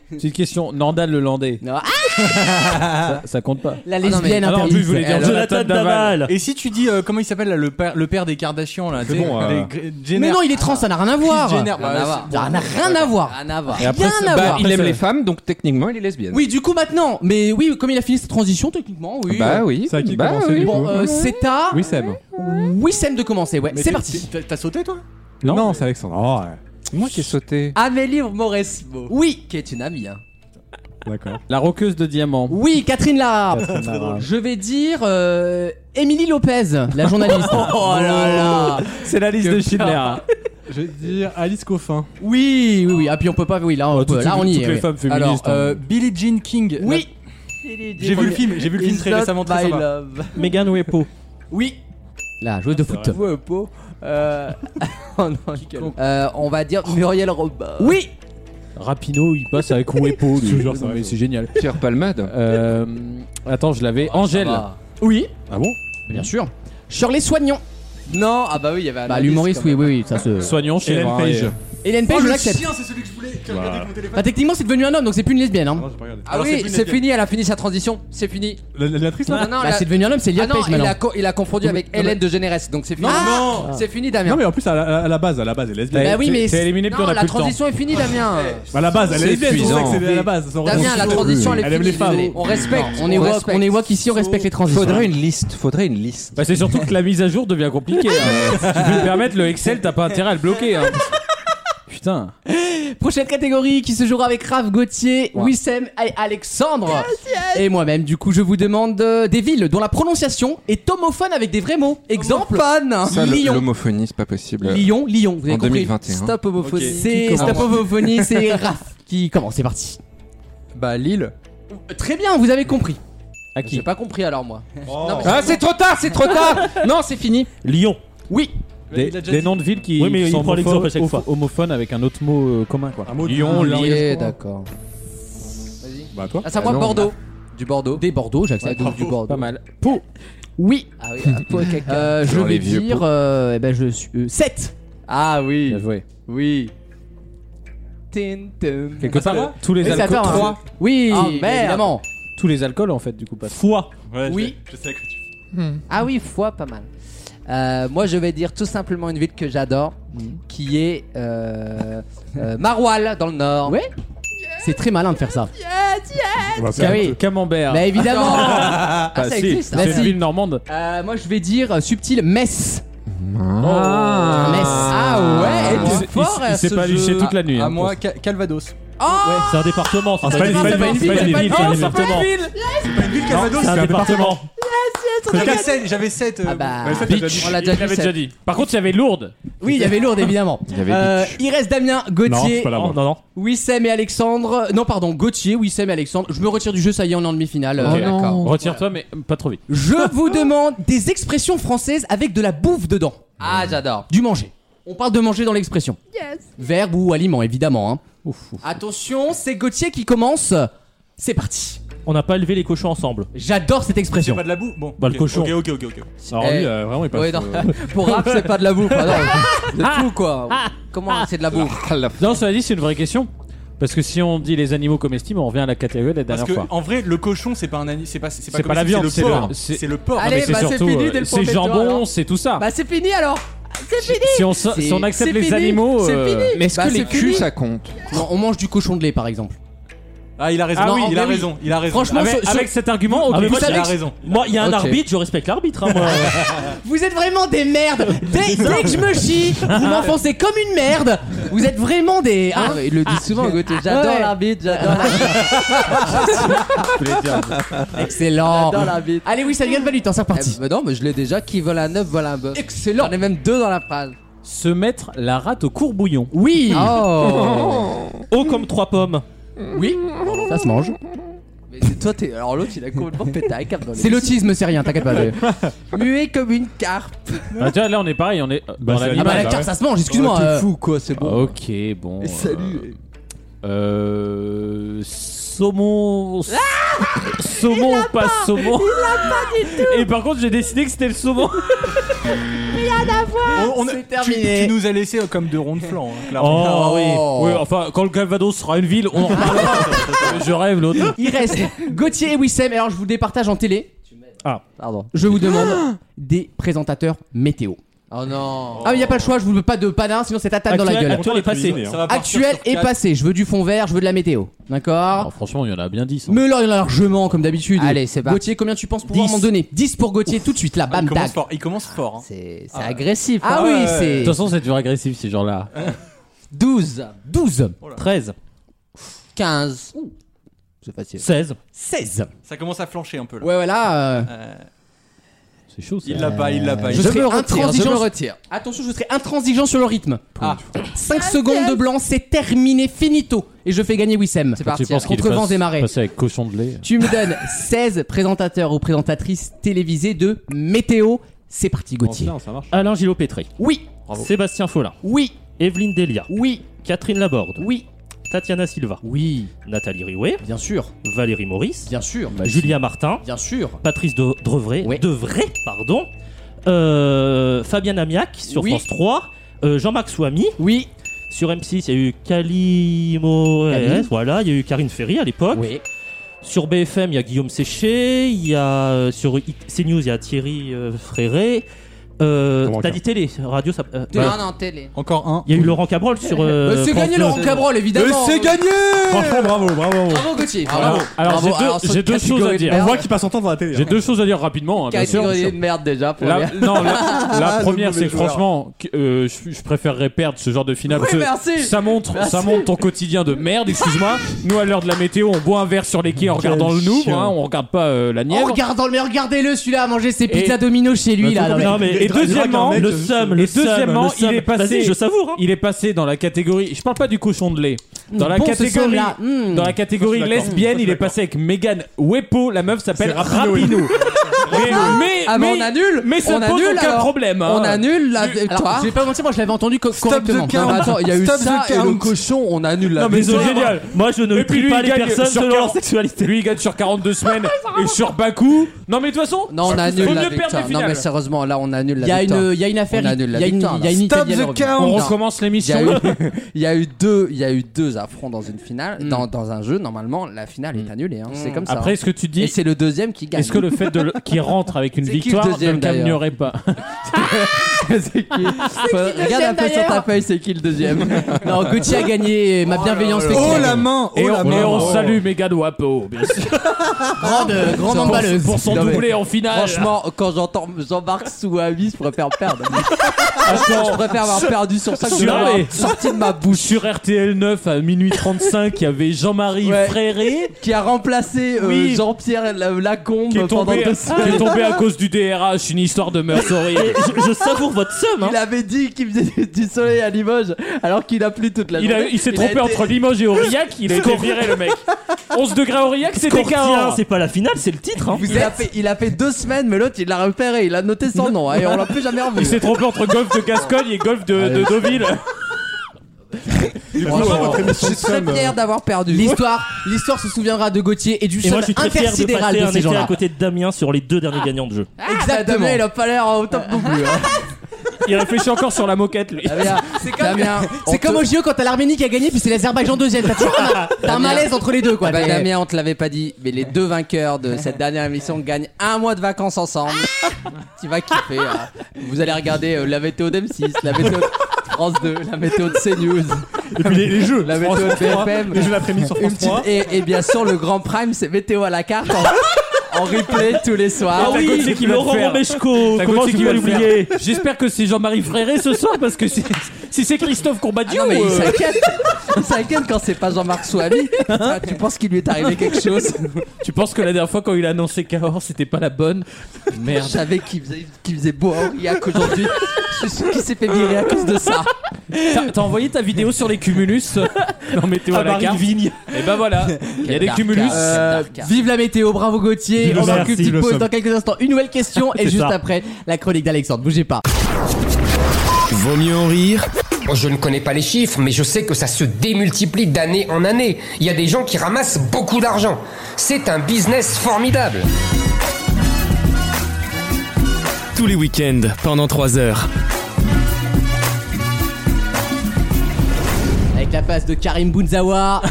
Speaker 6: Petite question. Nandal le Landais.
Speaker 2: Non. Ah
Speaker 6: Ça, ça compte pas.
Speaker 2: La
Speaker 9: non, mais-
Speaker 2: lesbienne
Speaker 11: Alors, en plus, je voulais dire
Speaker 2: interdite. euh,
Speaker 11: Jonathan Daval.
Speaker 12: Et si tu dis euh, comment il s'appelle là, le père le père des Kardashians là,
Speaker 5: C'est
Speaker 12: des-
Speaker 5: bon, euh,
Speaker 12: des- Gr-
Speaker 2: Mais
Speaker 12: Jenner.
Speaker 2: non, il est trans, ça n'a rien à
Speaker 12: Chris
Speaker 2: voir.
Speaker 12: Jenner,
Speaker 9: Rien à
Speaker 12: bah,
Speaker 9: voir.
Speaker 12: c'est-
Speaker 2: Ça n'a rien à voir.
Speaker 9: Rien à voir.
Speaker 7: Et après,
Speaker 2: rien
Speaker 7: c'est-
Speaker 2: à
Speaker 7: bah,
Speaker 2: voir.
Speaker 7: il aime
Speaker 11: Ça-
Speaker 7: les femmes, donc techniquement, il est lesbienne.
Speaker 2: Oui, du coup, maintenant. Mais oui, comme il a fini sa transition, techniquement, oui. euh,
Speaker 7: Bah oui.
Speaker 5: C'est à qui de
Speaker 7: bah,
Speaker 5: commencer,
Speaker 7: oui.
Speaker 5: du
Speaker 2: Bon,
Speaker 5: coup
Speaker 2: euh, c'est à
Speaker 5: Oui, Sam.
Speaker 2: Wissem de commencer. Ouais,
Speaker 12: Mais
Speaker 2: c'est
Speaker 12: t'es-
Speaker 2: parti.
Speaker 12: t'es- T'as sauté toi
Speaker 5: Non, c'est Alexandre. Oh, ouais.
Speaker 7: Moi qui ai sauté.
Speaker 9: Amélie Mauresmo.
Speaker 2: Oui,
Speaker 9: Qui est une amie. Hein.
Speaker 5: D'accord.
Speaker 6: La roqueuse de diamant.
Speaker 2: oui, Catherine Lara. Je vais dire euh, Émilie Lopez, la journaliste. oh là là.
Speaker 6: C'est la liste de Schindler.
Speaker 5: Je vais dire Alice Coffin.
Speaker 2: Oui, oui, oui. Ah, puis on peut pas. Oui, là,
Speaker 12: Oh,
Speaker 2: on, peut,
Speaker 6: Toutes-
Speaker 2: là, on y
Speaker 6: toutes
Speaker 2: est.
Speaker 6: les
Speaker 2: oui.
Speaker 6: femmes féministes.
Speaker 12: Alors
Speaker 6: hein.
Speaker 12: euh, Billie Jean King.
Speaker 2: Oui,
Speaker 12: J'ai vu le film, j'ai vu le film très récemment très sympa.
Speaker 10: Megan Wepo.
Speaker 2: oui. La joueuse de foot.
Speaker 9: Ouais, po. Euh... oh, non, quel- euh, on va dire Muriel Robin.
Speaker 2: Oui,
Speaker 6: Rapino, il passe avec Wepo. lui.
Speaker 5: Je te jure, c'est
Speaker 6: Non,
Speaker 5: vrai,
Speaker 6: mais
Speaker 5: ça.
Speaker 6: c'est génial.
Speaker 7: Pierre Palmade.
Speaker 6: Euh, attends, je l'avais. Angèle.
Speaker 9: Ah.
Speaker 2: oui,
Speaker 5: Ah bon
Speaker 2: bien sûr. Shirley Soignant.
Speaker 9: Non, ah bah oui, il y avait un
Speaker 2: Bah,
Speaker 9: indice,
Speaker 2: l'humoriste,
Speaker 9: quand
Speaker 2: oui,
Speaker 9: même.
Speaker 2: oui, oui, ça se.
Speaker 6: Soignons chez
Speaker 5: Hélène
Speaker 6: moi,
Speaker 5: Page.
Speaker 6: et- euh,
Speaker 2: Hélène Euh, Page,
Speaker 12: Oh
Speaker 2: je
Speaker 12: le
Speaker 2: l'accepte.
Speaker 12: chien, c'est celui que je voulais. qui a regardé avec mon téléphone.
Speaker 2: Bah, techniquement, c'est devenu un homme, donc c'est plus une lesbienne. Hein.
Speaker 5: Non, j'ai pas regardé.
Speaker 9: Ah
Speaker 12: Alors, c'est
Speaker 9: oui,
Speaker 12: plus
Speaker 9: c'est
Speaker 12: lesbienne.
Speaker 9: fini, elle a fini sa transition, c'est fini.
Speaker 5: La- L'animatrice là
Speaker 9: Non, non,
Speaker 2: Bah,
Speaker 9: la-
Speaker 2: c'est devenu un homme, c'est
Speaker 9: ah
Speaker 2: Lia
Speaker 9: non
Speaker 2: Page
Speaker 9: il, a
Speaker 2: maintenant.
Speaker 9: co- il a confondu avec Hélène de Généresse, donc c'est fini. Ah.
Speaker 12: Non, non.
Speaker 9: C'est fini, Damien.
Speaker 5: Non, mais en plus, à la, à la base, à la base, elle est lesbienne.
Speaker 2: Bah oui, mais.
Speaker 6: T'es éliminé depuis
Speaker 9: Non,
Speaker 6: on a
Speaker 9: la
Speaker 6: plus le temps.
Speaker 9: transition est finie, Damien.
Speaker 5: À la base, elle est
Speaker 7: C'est
Speaker 5: lesbienne. C'est pour ça que
Speaker 7: épuisant.
Speaker 5: c'est à la base. sans
Speaker 9: Damien, la
Speaker 5: raison.
Speaker 9: transition, elle est
Speaker 5: Elle aime
Speaker 9: finie.
Speaker 5: les femmes.
Speaker 9: désolé. On respecte.
Speaker 2: On est woke,
Speaker 9: respecte.
Speaker 2: on est woke ici, on respecte les transitions.
Speaker 7: Faudrait une liste. Faudrait une liste.
Speaker 6: Bah, c'est surtout que la mise à jour devient compliquée. hein. si tu peux me permettre, le Excel, t'as pas intérêt à le bloquer. hein. Putain.
Speaker 2: Prochaine catégorie qui se jouera avec Raph Gauthier, Wissem et Alexandre. Et moi-même, du coup, je vous demande euh, des villes dont la prononciation est homophone avec des vrais mots. Exemple
Speaker 7: Ça, le-
Speaker 2: Lyon.
Speaker 7: l'homophonie, c'est pas possible.
Speaker 2: Lyon, Lyon, vous avez
Speaker 7: En
Speaker 2: compris.
Speaker 7: 2021.
Speaker 2: Stop homophonie.
Speaker 12: Ok.
Speaker 2: C'est Stop homophonie, c'est Raph qui commence, c'est parti.
Speaker 9: Bah, Lille.
Speaker 2: Très bien, vous avez compris.
Speaker 6: À qui
Speaker 9: J'ai pas compris alors moi.
Speaker 7: Ah, c'est trop tard, c'est trop tard Non, c'est fini.
Speaker 10: Lyon.
Speaker 6: Des, des noms de villes qui
Speaker 10: Oui, mais il
Speaker 6: sont
Speaker 10: prend l'exemple
Speaker 6: homophobes-
Speaker 10: à chaque fois.
Speaker 6: homophones avec un autre mot euh, commun quoi.
Speaker 5: Un mot de-
Speaker 9: Ah,
Speaker 6: Lyon, Lille.
Speaker 9: est d'accord.
Speaker 5: Bah toi
Speaker 9: À savoir
Speaker 7: non.
Speaker 9: Ah, Bordeaux. Du Bordeaux.
Speaker 2: Des Bordeaux,
Speaker 9: Ouais,
Speaker 2: j'accepte.
Speaker 9: donc du Bordeaux.
Speaker 7: Pas mal.
Speaker 2: Oui,
Speaker 9: Ah oui, ah, pour quelqu'un.
Speaker 2: euh, je
Speaker 7: Genre
Speaker 2: vais
Speaker 7: les vieux
Speaker 2: dire.
Speaker 7: pots.
Speaker 2: euh, eh ben, je suis. 7
Speaker 9: Ah oui.
Speaker 6: Bien joué.
Speaker 9: Oui. Tin, tin.
Speaker 6: Quelque part, tous les
Speaker 2: Oui, ça
Speaker 6: alcools,
Speaker 2: part, hein.
Speaker 6: trois-
Speaker 2: Oui,
Speaker 9: Ah, merde.
Speaker 2: évidemment.
Speaker 6: tous les alcools en fait du coup passent.
Speaker 10: Foi.
Speaker 9: Oui.
Speaker 5: Je sais que tu
Speaker 9: Ah oui, foi, pas mal. Euh, moi, je vais dire tout simplement une ville que j'adore, qui est euh, euh, Maroilles, dans le Nord.
Speaker 2: Ouais. C'est très malin de faire ça.
Speaker 6: Cam- Camembert.
Speaker 2: Mais évidemment.
Speaker 9: Ah,
Speaker 6: Bah,
Speaker 9: ça
Speaker 6: si,
Speaker 9: existe.
Speaker 6: C'est
Speaker 9: hein.
Speaker 2: Bah, si.
Speaker 6: une ville normande.
Speaker 2: Euh, moi, je vais dire euh, subtil Metz. Metz.
Speaker 9: Ah
Speaker 2: Eh,
Speaker 9: ouais,
Speaker 6: Oh. Il s'est-
Speaker 9: t'es
Speaker 6: il
Speaker 9: fort.
Speaker 2: euh,
Speaker 6: s'est-
Speaker 9: à
Speaker 6: il s'est
Speaker 9: ce
Speaker 6: pas
Speaker 9: jeu.
Speaker 6: léché
Speaker 7: Ah,
Speaker 6: toute la nuit.
Speaker 12: À
Speaker 6: hein,
Speaker 12: moi, Ca- Calvados.
Speaker 2: Oh Ah
Speaker 10: C'est un département. ça.
Speaker 5: pas une ville,
Speaker 10: C'est
Speaker 5: pas une ville,
Speaker 10: pas une ville, c'est un département.
Speaker 5: Calvados,
Speaker 10: C'est un département.
Speaker 12: J'avais 7, j'avais 7.
Speaker 9: Ah bah.
Speaker 5: Ouais, ça, t'as déjà dit.
Speaker 9: On l'a déjà
Speaker 6: Il l'avait
Speaker 9: vu.
Speaker 6: déjà
Speaker 9: ça.
Speaker 6: dit. Par contre, il y avait Lourdes.
Speaker 2: Oui, il y avait Lourdes, évidemment.
Speaker 7: Il y avait
Speaker 2: Euh,
Speaker 7: Bitch.
Speaker 2: il reste Damien,
Speaker 5: Non, c'est
Speaker 2: Gauthier,
Speaker 5: pas la
Speaker 10: Non,
Speaker 5: bonne.
Speaker 10: non, non.
Speaker 2: Wissem et Alexandre. Non, pardon, Gauthier, Wissem et Alexandre. Je me retire du jeu, ça y est, on est en demi-finale.
Speaker 6: Ok.
Speaker 2: Euh, d'accord.
Speaker 6: Retire-toi, mais pas trop vite.
Speaker 2: Je vous demande des expressions françaises avec de la bouffe dedans.
Speaker 9: Ah, j'adore.
Speaker 2: Du manger. On parle de manger dans l'expression. Verbe ou aliment, évidemment. hein. Attention, c'est Gauthier qui commence. C'est parti.
Speaker 10: On n'a pas élevé les cochons ensemble.
Speaker 2: J'adore cette expression.
Speaker 12: C'est pas de la boue Bon.
Speaker 10: Bah, le
Speaker 12: ok,
Speaker 10: cochon.
Speaker 12: Ok, ok, ok. ok.
Speaker 5: Alors
Speaker 9: Eh.
Speaker 5: lui, euh, vraiment, il passe.
Speaker 9: Ouais, non. Pour rap, c'est pas de la bouffe. C'est de tout quoi. Comment c'est de la bouffe
Speaker 7: Ah, la-
Speaker 6: Non, cela dit, c'est une vraie question. Parce que si on dit les animaux comestibles, on revient à la catégorie de la
Speaker 12: Parce
Speaker 6: dernière
Speaker 12: que,
Speaker 6: fois.
Speaker 12: en vrai, le cochon, c'est pas un ani- c'est pas, c'est
Speaker 6: C'est pas la
Speaker 12: comestible,
Speaker 6: viande,
Speaker 12: c'est le
Speaker 6: c'est le-
Speaker 12: porc.
Speaker 6: c'est-
Speaker 12: c'est le porc.
Speaker 9: Allez,
Speaker 6: Mais c'est
Speaker 9: bah, c'est
Speaker 6: surtout,
Speaker 9: fini
Speaker 6: euh,
Speaker 9: dès le
Speaker 6: c'est
Speaker 9: premier tour,
Speaker 6: jambon,
Speaker 9: alors.
Speaker 6: c'est tout ça.
Speaker 9: Bah, c'est fini alors. C'est fini.
Speaker 6: si, on, sa-
Speaker 2: c'est-
Speaker 6: si on accepte
Speaker 9: c'est
Speaker 6: les
Speaker 9: fini,
Speaker 6: animaux.
Speaker 9: c'est
Speaker 6: euh,
Speaker 9: fini.
Speaker 7: Mais est-ce
Speaker 9: Bah,
Speaker 7: que les
Speaker 9: c'est
Speaker 7: culs
Speaker 9: fini.
Speaker 7: ça compte
Speaker 2: Non, on mange du cochon de lait, par exemple.
Speaker 12: Ah, il a raison.
Speaker 6: Ah
Speaker 12: Non,
Speaker 6: oui,
Speaker 12: il
Speaker 6: bah
Speaker 12: a
Speaker 6: oui.
Speaker 12: raison. Il a raison.
Speaker 2: Franchement,
Speaker 12: avec,
Speaker 2: ce- ce-
Speaker 12: avec-
Speaker 6: Avec cet argument,
Speaker 10: Ah,
Speaker 6: ok.
Speaker 10: mais
Speaker 12: il
Speaker 10: moi,
Speaker 12: a
Speaker 10: j'ai-
Speaker 12: raison.
Speaker 10: moi, il y a un
Speaker 2: Ok.
Speaker 10: arbitre, je respecte l'arbitre. hein, moi.
Speaker 2: Vous êtes vraiment des merdes. Dès, dès que je me chie, vous m'enfoncez comme une merde. Vous êtes vraiment des. hein.
Speaker 9: Ah, il le dit souvent, Gauthier. J'adore
Speaker 2: Ouais.
Speaker 9: l'arbitre, j'adore l'arbitre,
Speaker 2: Excellent.
Speaker 9: j'adore l'arbitre.
Speaker 2: Allez, oui, ça gagne pas du temps, c'est reparti.
Speaker 9: Eh, mais non, mais je l'ai déjà. Qui vole un œuf vole un bœuf. Excellent. J'en ai même deux dans la phrase.
Speaker 6: se mettre la rate au courbouillon.
Speaker 2: Oui.
Speaker 9: Ah. Oh.
Speaker 10: Haut comme trois pommes.
Speaker 9: Euh,
Speaker 2: Oui. Ça se mange.
Speaker 9: mais toi, t'es. Alors l'autre, il a complètement pété un câble dans les-
Speaker 2: C'est l'autisme, c'est rien, t'inquiète pas. Ah je-
Speaker 9: Muet comme une carpe.
Speaker 6: Ah, tu vois, là, on est pareil, on est euh,
Speaker 5: Bah,
Speaker 6: dans
Speaker 5: c'est
Speaker 6: l'animal.
Speaker 2: Ah bah la
Speaker 5: bah
Speaker 2: carte,
Speaker 5: ouais.
Speaker 2: ça se mange,
Speaker 6: Ah
Speaker 2: excuse-moi. euh,
Speaker 9: fou quoi, c'est
Speaker 6: Ok, bon.
Speaker 9: Salut.
Speaker 6: euh, euh, saumon. saumon, Ah pas saumon. Et par contre, j'ai décidé que c'était le saumon.
Speaker 12: On- on-
Speaker 2: c'est
Speaker 12: tu-
Speaker 2: terminé.
Speaker 12: Tu nous as laissé euh, comme deux ronds de flanc. hein, clairement.
Speaker 6: Oh,
Speaker 2: Oh.
Speaker 6: oui. oui. Enfin, quand le Calvados sera une ville, on en reparlera. Je rêve, l'autre.
Speaker 2: Il reste Gauthier et Wissem. Alors, je vous le départage en télé.
Speaker 9: Pardon.
Speaker 2: Je vous demande des présentateurs météo.
Speaker 9: Oh non.
Speaker 2: Ah, mais y a pas le choix, je vous veux pas de panin, sinon c'est attaque dans la
Speaker 10: Actuel-
Speaker 2: gueule.
Speaker 10: actuel est passé.
Speaker 5: Cuisiner, hein.
Speaker 12: Ça va partir
Speaker 2: Actuel
Speaker 12: sur
Speaker 2: et
Speaker 12: quatre.
Speaker 2: passé. Je veux du fond vert, je veux de la météo.
Speaker 6: Alors,
Speaker 2: D'accord
Speaker 6: Ah, franchement, il y en a bien 10. hein.
Speaker 2: Mais là, il y en a largement, comme d'habitude.
Speaker 9: Allez, c'est parti.
Speaker 2: Gauthier, combien tu penses pouvoir m'en donner 10 pour Gauthier, tout de suite, là,
Speaker 12: Ah,
Speaker 2: bam,
Speaker 12: il
Speaker 2: tac.
Speaker 12: commence fort. Il commence fort. hein.
Speaker 9: C'est c'est agressif.
Speaker 2: Ah
Speaker 9: hein.
Speaker 2: oui,
Speaker 12: ouais.
Speaker 2: c'est
Speaker 6: De toute façon, c'est toujours agressif, ces gens-là.
Speaker 9: 12,
Speaker 2: 12,
Speaker 10: 13,
Speaker 9: 15. C'est facile.
Speaker 10: 16.
Speaker 2: 16.
Speaker 12: Ça commence à flancher un peu là.
Speaker 2: Ouais, voilà. euh,
Speaker 12: Euh,
Speaker 6: C'est chaud, ça.
Speaker 12: il l'a pas, il l'a pas.
Speaker 2: Ah, je
Speaker 12: il-
Speaker 2: serai
Speaker 9: me retire, je
Speaker 2: intransigeant.
Speaker 9: me retire.
Speaker 2: Attention, je serai intransigeant sur le rythme. 5 secondes de blanc, c'est terminé, finito. Et je fais gagner Wissem.
Speaker 6: Tu
Speaker 9: C'est parti.
Speaker 6: penses
Speaker 9: hein.
Speaker 6: qu'il
Speaker 2: Contre
Speaker 6: est
Speaker 2: vents et
Speaker 6: pas-
Speaker 2: marées.
Speaker 6: passé avec cochon de lait.
Speaker 2: Tu me donnes 16 présentateurs ou présentatrices télévisées de météo. C'est parti, Gauthier.
Speaker 5: Tiens, ça marche.
Speaker 10: Alain Gillot-Pétré.
Speaker 2: Oui,
Speaker 10: Sébastien Follin.
Speaker 2: oui,
Speaker 10: Evelyne Delia.
Speaker 2: oui,
Speaker 10: Catherine Laborde.
Speaker 2: oui,
Speaker 10: Tatiana Silva.
Speaker 2: oui.
Speaker 10: Nathalie Rioué.
Speaker 2: Bien sûr,
Speaker 10: Valérie Maurice.
Speaker 2: bien sûr,
Speaker 10: Julia Martin.
Speaker 2: bien sûr.
Speaker 10: Patrice de Drevray,
Speaker 2: Oui.
Speaker 10: Devray, pardon, euh, Fabien Amiac sur
Speaker 2: Oui.
Speaker 10: France 3, euh, Jean-Marc Souami
Speaker 2: Oui,
Speaker 10: sur M6, il y a eu Calimo,
Speaker 2: Camille.
Speaker 10: voilà, il y a eu Karine Ferry à l'époque.
Speaker 2: oui.
Speaker 10: Sur BFM, il y a Guillaume Séché, il y a euh, sur I- CNews, il y a Thierry euh, Fréré. Euh,
Speaker 5: Laurent
Speaker 10: T'as dit télé, radio, ça. euh,
Speaker 6: Bah,
Speaker 9: Non, non, télé.
Speaker 12: Encore un.
Speaker 10: il y a eu Laurent Cabrol sur. euh,
Speaker 2: Euh, c'est
Speaker 10: France
Speaker 2: gagné
Speaker 10: deux.
Speaker 2: Laurent Cabrol, évidemment.
Speaker 5: Franchement, bravo, bravo.
Speaker 2: Bravo, Gauthier.
Speaker 9: Bravo.
Speaker 2: Bravo.
Speaker 6: Alors, j'ai
Speaker 9: Bravo,
Speaker 6: deux-
Speaker 9: alors, sur
Speaker 6: j'ai deux, choses à
Speaker 9: catégorie de
Speaker 6: dire.
Speaker 9: merde.
Speaker 5: On voit qu'il passe son temps devant la télé. hein.
Speaker 6: J'ai deux choses à dire rapidement, hein, bien sûr.
Speaker 9: Catégorie de merde déjà. pour
Speaker 6: La,
Speaker 9: rien.
Speaker 6: non, la, la première, c'est que
Speaker 12: joueur.
Speaker 6: franchement, que- euh, je, je préférerais perdre ce genre de finale.
Speaker 9: Oui,
Speaker 6: parce que
Speaker 9: merci.
Speaker 6: Ça montre, ça montre ton quotidien de merde, excuse-moi. Nous, à l'heure de la météo, on boit un verre sur les quais en regardant le Louvre, hein, on regarde pas euh, la
Speaker 2: Oh,
Speaker 6: Nièvre.
Speaker 2: regardons, mais regardez-le celui-là à manger ses pizzas
Speaker 6: Et-
Speaker 2: domino chez lui
Speaker 6: Bah,
Speaker 2: là.
Speaker 6: tout
Speaker 2: Non, mais-
Speaker 10: Non mais
Speaker 5: drague un
Speaker 6: deuxièmement,
Speaker 5: mec,
Speaker 10: Le
Speaker 5: euh,
Speaker 10: somme, le
Speaker 6: Et
Speaker 10: somme,
Speaker 6: deuxièmement,
Speaker 10: le somme.
Speaker 6: il est passé-
Speaker 10: Vas-y, je savoure. hein.
Speaker 6: Il est passé dans la catégorie. Je parle pas du cochon de lait. Dans la
Speaker 2: Bon, ce
Speaker 6: catégorie.
Speaker 2: somme-là. Hmm.
Speaker 6: Dans la catégorie
Speaker 5: Ça, je suis d'accord. Ça, je
Speaker 6: lesbienne,
Speaker 5: suis
Speaker 6: il est
Speaker 5: d'accord.
Speaker 6: passé avec Megan Wepo. La meuf s'appelle
Speaker 5: C'est Rapinoe.
Speaker 6: Rapino. mais, mais,
Speaker 9: Ah, mais
Speaker 6: mais-
Speaker 9: on annule
Speaker 6: mais ça
Speaker 9: on
Speaker 6: pose
Speaker 9: annule,
Speaker 6: aucun
Speaker 9: alors.
Speaker 6: problème, hein.
Speaker 9: On annule la victoire.
Speaker 2: Je vais pas mentir, moi je l'avais entendu co- correctement.
Speaker 5: the
Speaker 2: Non, mais attends,
Speaker 9: il y a eu
Speaker 5: Stop
Speaker 9: ça
Speaker 5: the
Speaker 9: et
Speaker 5: count.
Speaker 9: le cochon, on annule la
Speaker 6: Non, mais c'est
Speaker 9: victoire.
Speaker 6: génial.
Speaker 10: Moi, je ne
Speaker 6: Et puis
Speaker 10: prie
Speaker 6: lui,
Speaker 10: pas
Speaker 6: il
Speaker 10: les
Speaker 6: gagne
Speaker 10: personnes
Speaker 6: sur
Speaker 10: selon leur
Speaker 6: 40
Speaker 10: sexualité.
Speaker 6: Lui, il gagne sur 42 semaines et sur Bakou. Non, mais de toute façon,
Speaker 9: Non, on
Speaker 6: faut
Speaker 9: annule
Speaker 6: mieux
Speaker 9: la
Speaker 6: perdre les
Speaker 9: victoire. Non,
Speaker 6: finales.
Speaker 9: mais sérieusement, là, on annule
Speaker 2: Il y,
Speaker 9: la
Speaker 2: a
Speaker 9: victoire.
Speaker 2: une- il y a une affaire.
Speaker 9: On annule la
Speaker 2: il y a une-
Speaker 9: victoire,
Speaker 2: il y a
Speaker 9: là.
Speaker 2: une
Speaker 7: Stop
Speaker 2: Italienne
Speaker 7: the
Speaker 2: revenue.
Speaker 7: count.
Speaker 6: On
Speaker 9: Non.
Speaker 6: recommence
Speaker 9: Il y, a
Speaker 6: l'émission.
Speaker 9: eu, il y a eu deux, il y a eu deux affronts dans une finale,
Speaker 2: Mm.
Speaker 9: dans, dans un jeu. Normalement, la finale est annulée. hein. C'est comme ça.
Speaker 6: Après,
Speaker 9: hein.
Speaker 6: est-ce que tu
Speaker 9: et
Speaker 6: dis.
Speaker 9: c'est le deuxième qui gagne.
Speaker 6: Est-ce que le fait de le- qu'il rentre avec une
Speaker 9: C'est qui le
Speaker 6: victoire ne
Speaker 9: deuxième,
Speaker 6: le
Speaker 9: d'ailleurs
Speaker 6: calmerait pas
Speaker 9: Ah, Regarde un peu sur ta feuille, c'est qui le deuxième
Speaker 2: Non, Gauthier a gagné ma bienveillance
Speaker 5: Oh
Speaker 2: spectaculaire.
Speaker 5: la main
Speaker 6: Et
Speaker 5: Oh la
Speaker 6: on, et
Speaker 5: main
Speaker 6: on salue Megan Wapo, bien sûr,
Speaker 2: Grande, grande
Speaker 9: Pour-
Speaker 2: emballeuse.
Speaker 6: pour son
Speaker 9: Non, mais-
Speaker 6: doublé en finale.
Speaker 9: Franchement, quand j'entends Jean-Marc Souavi, je préfère perdre. je préfère avoir perdu sur ça que
Speaker 6: Sur-
Speaker 9: d'avoir
Speaker 6: mais-
Speaker 9: sorti de ma bouche.
Speaker 6: Sur RTL 9 à minuit 35, il y avait Jean-Marie
Speaker 9: Ouais.
Speaker 6: Fréré
Speaker 9: Qui a remplacé euh,
Speaker 6: Oui.
Speaker 9: Jean-Pierre La- Lacombe
Speaker 6: qui est,
Speaker 9: pendant
Speaker 6: tombé,
Speaker 9: deux
Speaker 6: qui est
Speaker 9: semaines.
Speaker 6: tombé à cause du DRH, une histoire de mœurs
Speaker 10: Et
Speaker 6: horrible.
Speaker 10: je, je savoure votre somme. Hein.
Speaker 9: Il avait dit qu'il faisait du soleil à Limoges alors qu'il a plu toute la
Speaker 6: Il,
Speaker 9: journée.
Speaker 6: a- il s'est
Speaker 9: a
Speaker 6: trompé
Speaker 9: été-
Speaker 6: entre Limoges et Aurillac, il a été viré le mec. 11 degrés à Aurillac, c'était
Speaker 10: Courtier,
Speaker 6: Cahors.
Speaker 10: c'est pas la finale, c'est le titre. Hein.
Speaker 9: Il a, fait, il a fait deux semaines, mais l'autre il l'a repéré, il a noté son nom hein, et on l'a plus jamais revu.
Speaker 6: Il s'est trompé entre golf de Gascogne et golf de, de Deauville.
Speaker 5: Franchement, votre
Speaker 9: Je
Speaker 5: émission
Speaker 9: suis
Speaker 5: de
Speaker 9: très
Speaker 5: somme, euh,
Speaker 9: fier d'avoir perdu.
Speaker 2: euh, L'histoire, l'histoire se souviendra de Gauthier et du
Speaker 10: Et
Speaker 2: seul
Speaker 10: moi, je suis très fier de
Speaker 2: intersidéral
Speaker 10: passer
Speaker 2: de
Speaker 10: un
Speaker 2: ces
Speaker 10: été à
Speaker 2: gens-là.
Speaker 10: côté de Damien sur les deux derniers gagnants de jeu.
Speaker 9: Exactement. Ah, bah, il a pas l'air au top non plus. hein.
Speaker 6: Il réfléchit encore sur la moquette, lui.
Speaker 9: Damien, Damien, on
Speaker 2: C'est comme
Speaker 9: te-
Speaker 2: au JO quand t'as l'Arménie qui a gagné puis c'est l'Azerbaïdjan deuxième. T'as toujours un, t'as un malaise entre les deux quoi.
Speaker 9: Ah bah,
Speaker 2: T'es-
Speaker 9: Damien, on te l'avait pas dit, mais les deux vainqueurs de cette dernière émission gagnent un mois de vacances ensemble. tu vas kiffer. hein. Vous allez regarder euh, la météo d'M6, la météo de France 2, la météo de CNews,
Speaker 5: Et puis les, les jeux
Speaker 9: la météo de BFM.
Speaker 5: Les jeux l'après-midi sur
Speaker 9: Une
Speaker 5: France
Speaker 9: petite-
Speaker 5: 3
Speaker 9: et, et bien sûr, le grand prime, c'est météo à la carte en, en replay tous les soirs.
Speaker 6: Ah oui, Gauthier qui va le
Speaker 10: Laurent
Speaker 6: faire.
Speaker 10: Romeshko,
Speaker 6: T'as
Speaker 10: comment
Speaker 6: Gauthier
Speaker 10: tu
Speaker 6: qui
Speaker 10: vas
Speaker 6: va le faire.
Speaker 10: l'oublier
Speaker 6: J'espère que c'est Jean-Marie Fréré ce soir parce que si, si c'est Christophe
Speaker 9: Ah
Speaker 6: Courbadieu,
Speaker 9: non, mais il
Speaker 6: euh,
Speaker 9: s'inquiète. Il s'inquiète quand c'est pas Jean-Marc Souami. Ah, tu penses qu'il lui est arrivé quelque chose
Speaker 6: tu penses que la dernière fois quand il a annoncé Cahors, c'était pas la bonne
Speaker 9: Je
Speaker 6: Merde.
Speaker 9: savais qu'il faisait, qu'il faisait beau à Aurillac aujourd'hui. Je suis sûr qu'il s'est fait virer à cause de ça.
Speaker 6: T'as t'as envoyé ta vidéo sur les cumulus Non, mais t'es
Speaker 10: À
Speaker 6: à la
Speaker 10: Marine
Speaker 6: carte.
Speaker 10: Vigne.
Speaker 6: Et ben voilà, il y a des
Speaker 9: dark
Speaker 6: cumulus.
Speaker 9: art.
Speaker 2: Euh,
Speaker 9: Dark.
Speaker 2: vive la météo, bravo Gauthier.
Speaker 10: Dis-le
Speaker 2: On marque
Speaker 10: merci,
Speaker 2: une petite
Speaker 5: dis-le
Speaker 2: pause
Speaker 5: somme.
Speaker 2: dans quelques instants. Une nouvelle question et
Speaker 10: C'est
Speaker 2: juste
Speaker 10: ça.
Speaker 2: après la chronique d'Alexandre. Bougez pas.
Speaker 1: Vaut mieux en rire
Speaker 13: Oh, Je ne connais pas les chiffres, mais je sais que ça se démultiplie d'année en année. Il y a des gens qui ramassent beaucoup d'argent. C'est un business formidable.
Speaker 1: tous les week-ends pendant 3 heures.
Speaker 2: Avec la passe de Karim Bounzawa.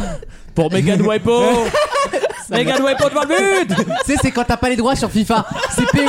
Speaker 6: Pour Megan Wipo Megan Wipo devant le but
Speaker 2: Tu sais, c'est quand t'as pas les droits sur FIFA. C'est PES.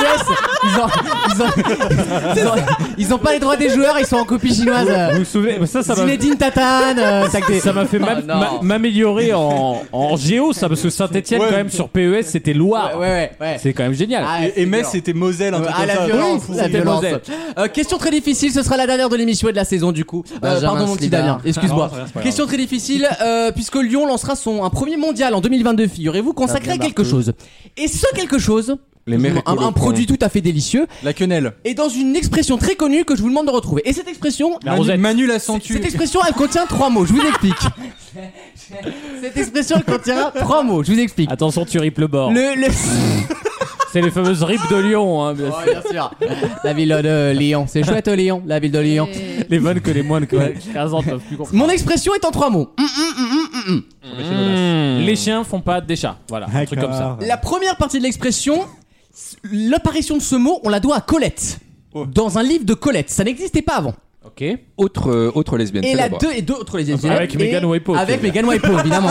Speaker 2: Ils ont, ils, ont, ils, ont, ils ont pas les droits des joueurs, ils sont en copie chinoise.
Speaker 6: Vous
Speaker 2: euh,
Speaker 6: vous souvenez Ça, ça m'a-
Speaker 2: Zinedine Tatane. euh, tac, des-
Speaker 6: ça m'a fait m'a-
Speaker 9: Oh, non.
Speaker 6: m'a- m'améliorer en, en géo, ça, parce que Saint-Etienne, quand même, sur PES, c'était
Speaker 2: Ouais,
Speaker 6: Loire.
Speaker 2: ouais, ouais.
Speaker 6: C'est quand même génial.
Speaker 2: Ah,
Speaker 14: Et, et
Speaker 2: c'est
Speaker 14: Metz,
Speaker 2: violent.
Speaker 14: c'était Moselle, un
Speaker 2: Euh,
Speaker 14: truc
Speaker 2: ah,
Speaker 14: comme
Speaker 2: la
Speaker 14: ça.
Speaker 2: violence,
Speaker 14: Oui,
Speaker 2: la
Speaker 14: c'était
Speaker 2: violence.
Speaker 14: Moselle.
Speaker 2: Euh, question très difficile, ce sera la dernière de l'émission et de la saison du coup. Euh,
Speaker 9: Benjamin
Speaker 2: pardon mon petit
Speaker 9: Slibard.
Speaker 2: Damien, excuse-moi. question très difficile, euh, puisque Lyon lancera son un premier mondial en 2022, figurez-vous, consacré à quelque chose. Et ce quelque chose,
Speaker 7: Les
Speaker 2: un, un produit tout à fait délicieux,
Speaker 14: La quenelle.
Speaker 2: est dans une expression très connue que je vous demande de retrouver. Et cette expression,
Speaker 6: La rosette.
Speaker 14: Manu la
Speaker 2: cette expression, elle contient trois mots, je vous explique. cette expression, elle contient trois mots, je vous explique.
Speaker 6: Attention, tu ripes le bord.
Speaker 2: Le, le...
Speaker 6: C'est les fameuses rips de Lyon. hein, bien sûr.
Speaker 2: Ouais, bien sûr. La ville de Lyon, c'est chouette Lyon, la ville de Lyon.
Speaker 6: Les vannes que les moines de 15 ans peuvent plus comprendre.
Speaker 2: Mon expression est en trois mots.
Speaker 6: Les chiens font pas des chats. Voilà, un truc comme ça.
Speaker 2: La première partie de l'expression, l'apparition de ce mot, on la doit à Colette. Dans un livre de Colette, ça n'existait pas avant.
Speaker 6: Ok.
Speaker 7: Autre, euh, autre lesbienne.
Speaker 2: Et la
Speaker 7: célèbre.
Speaker 2: deux et deux autres les
Speaker 6: Avec
Speaker 2: et-
Speaker 6: Megan Waipo,
Speaker 2: Avec
Speaker 6: tu veux
Speaker 2: Megan Waipo, évidemment.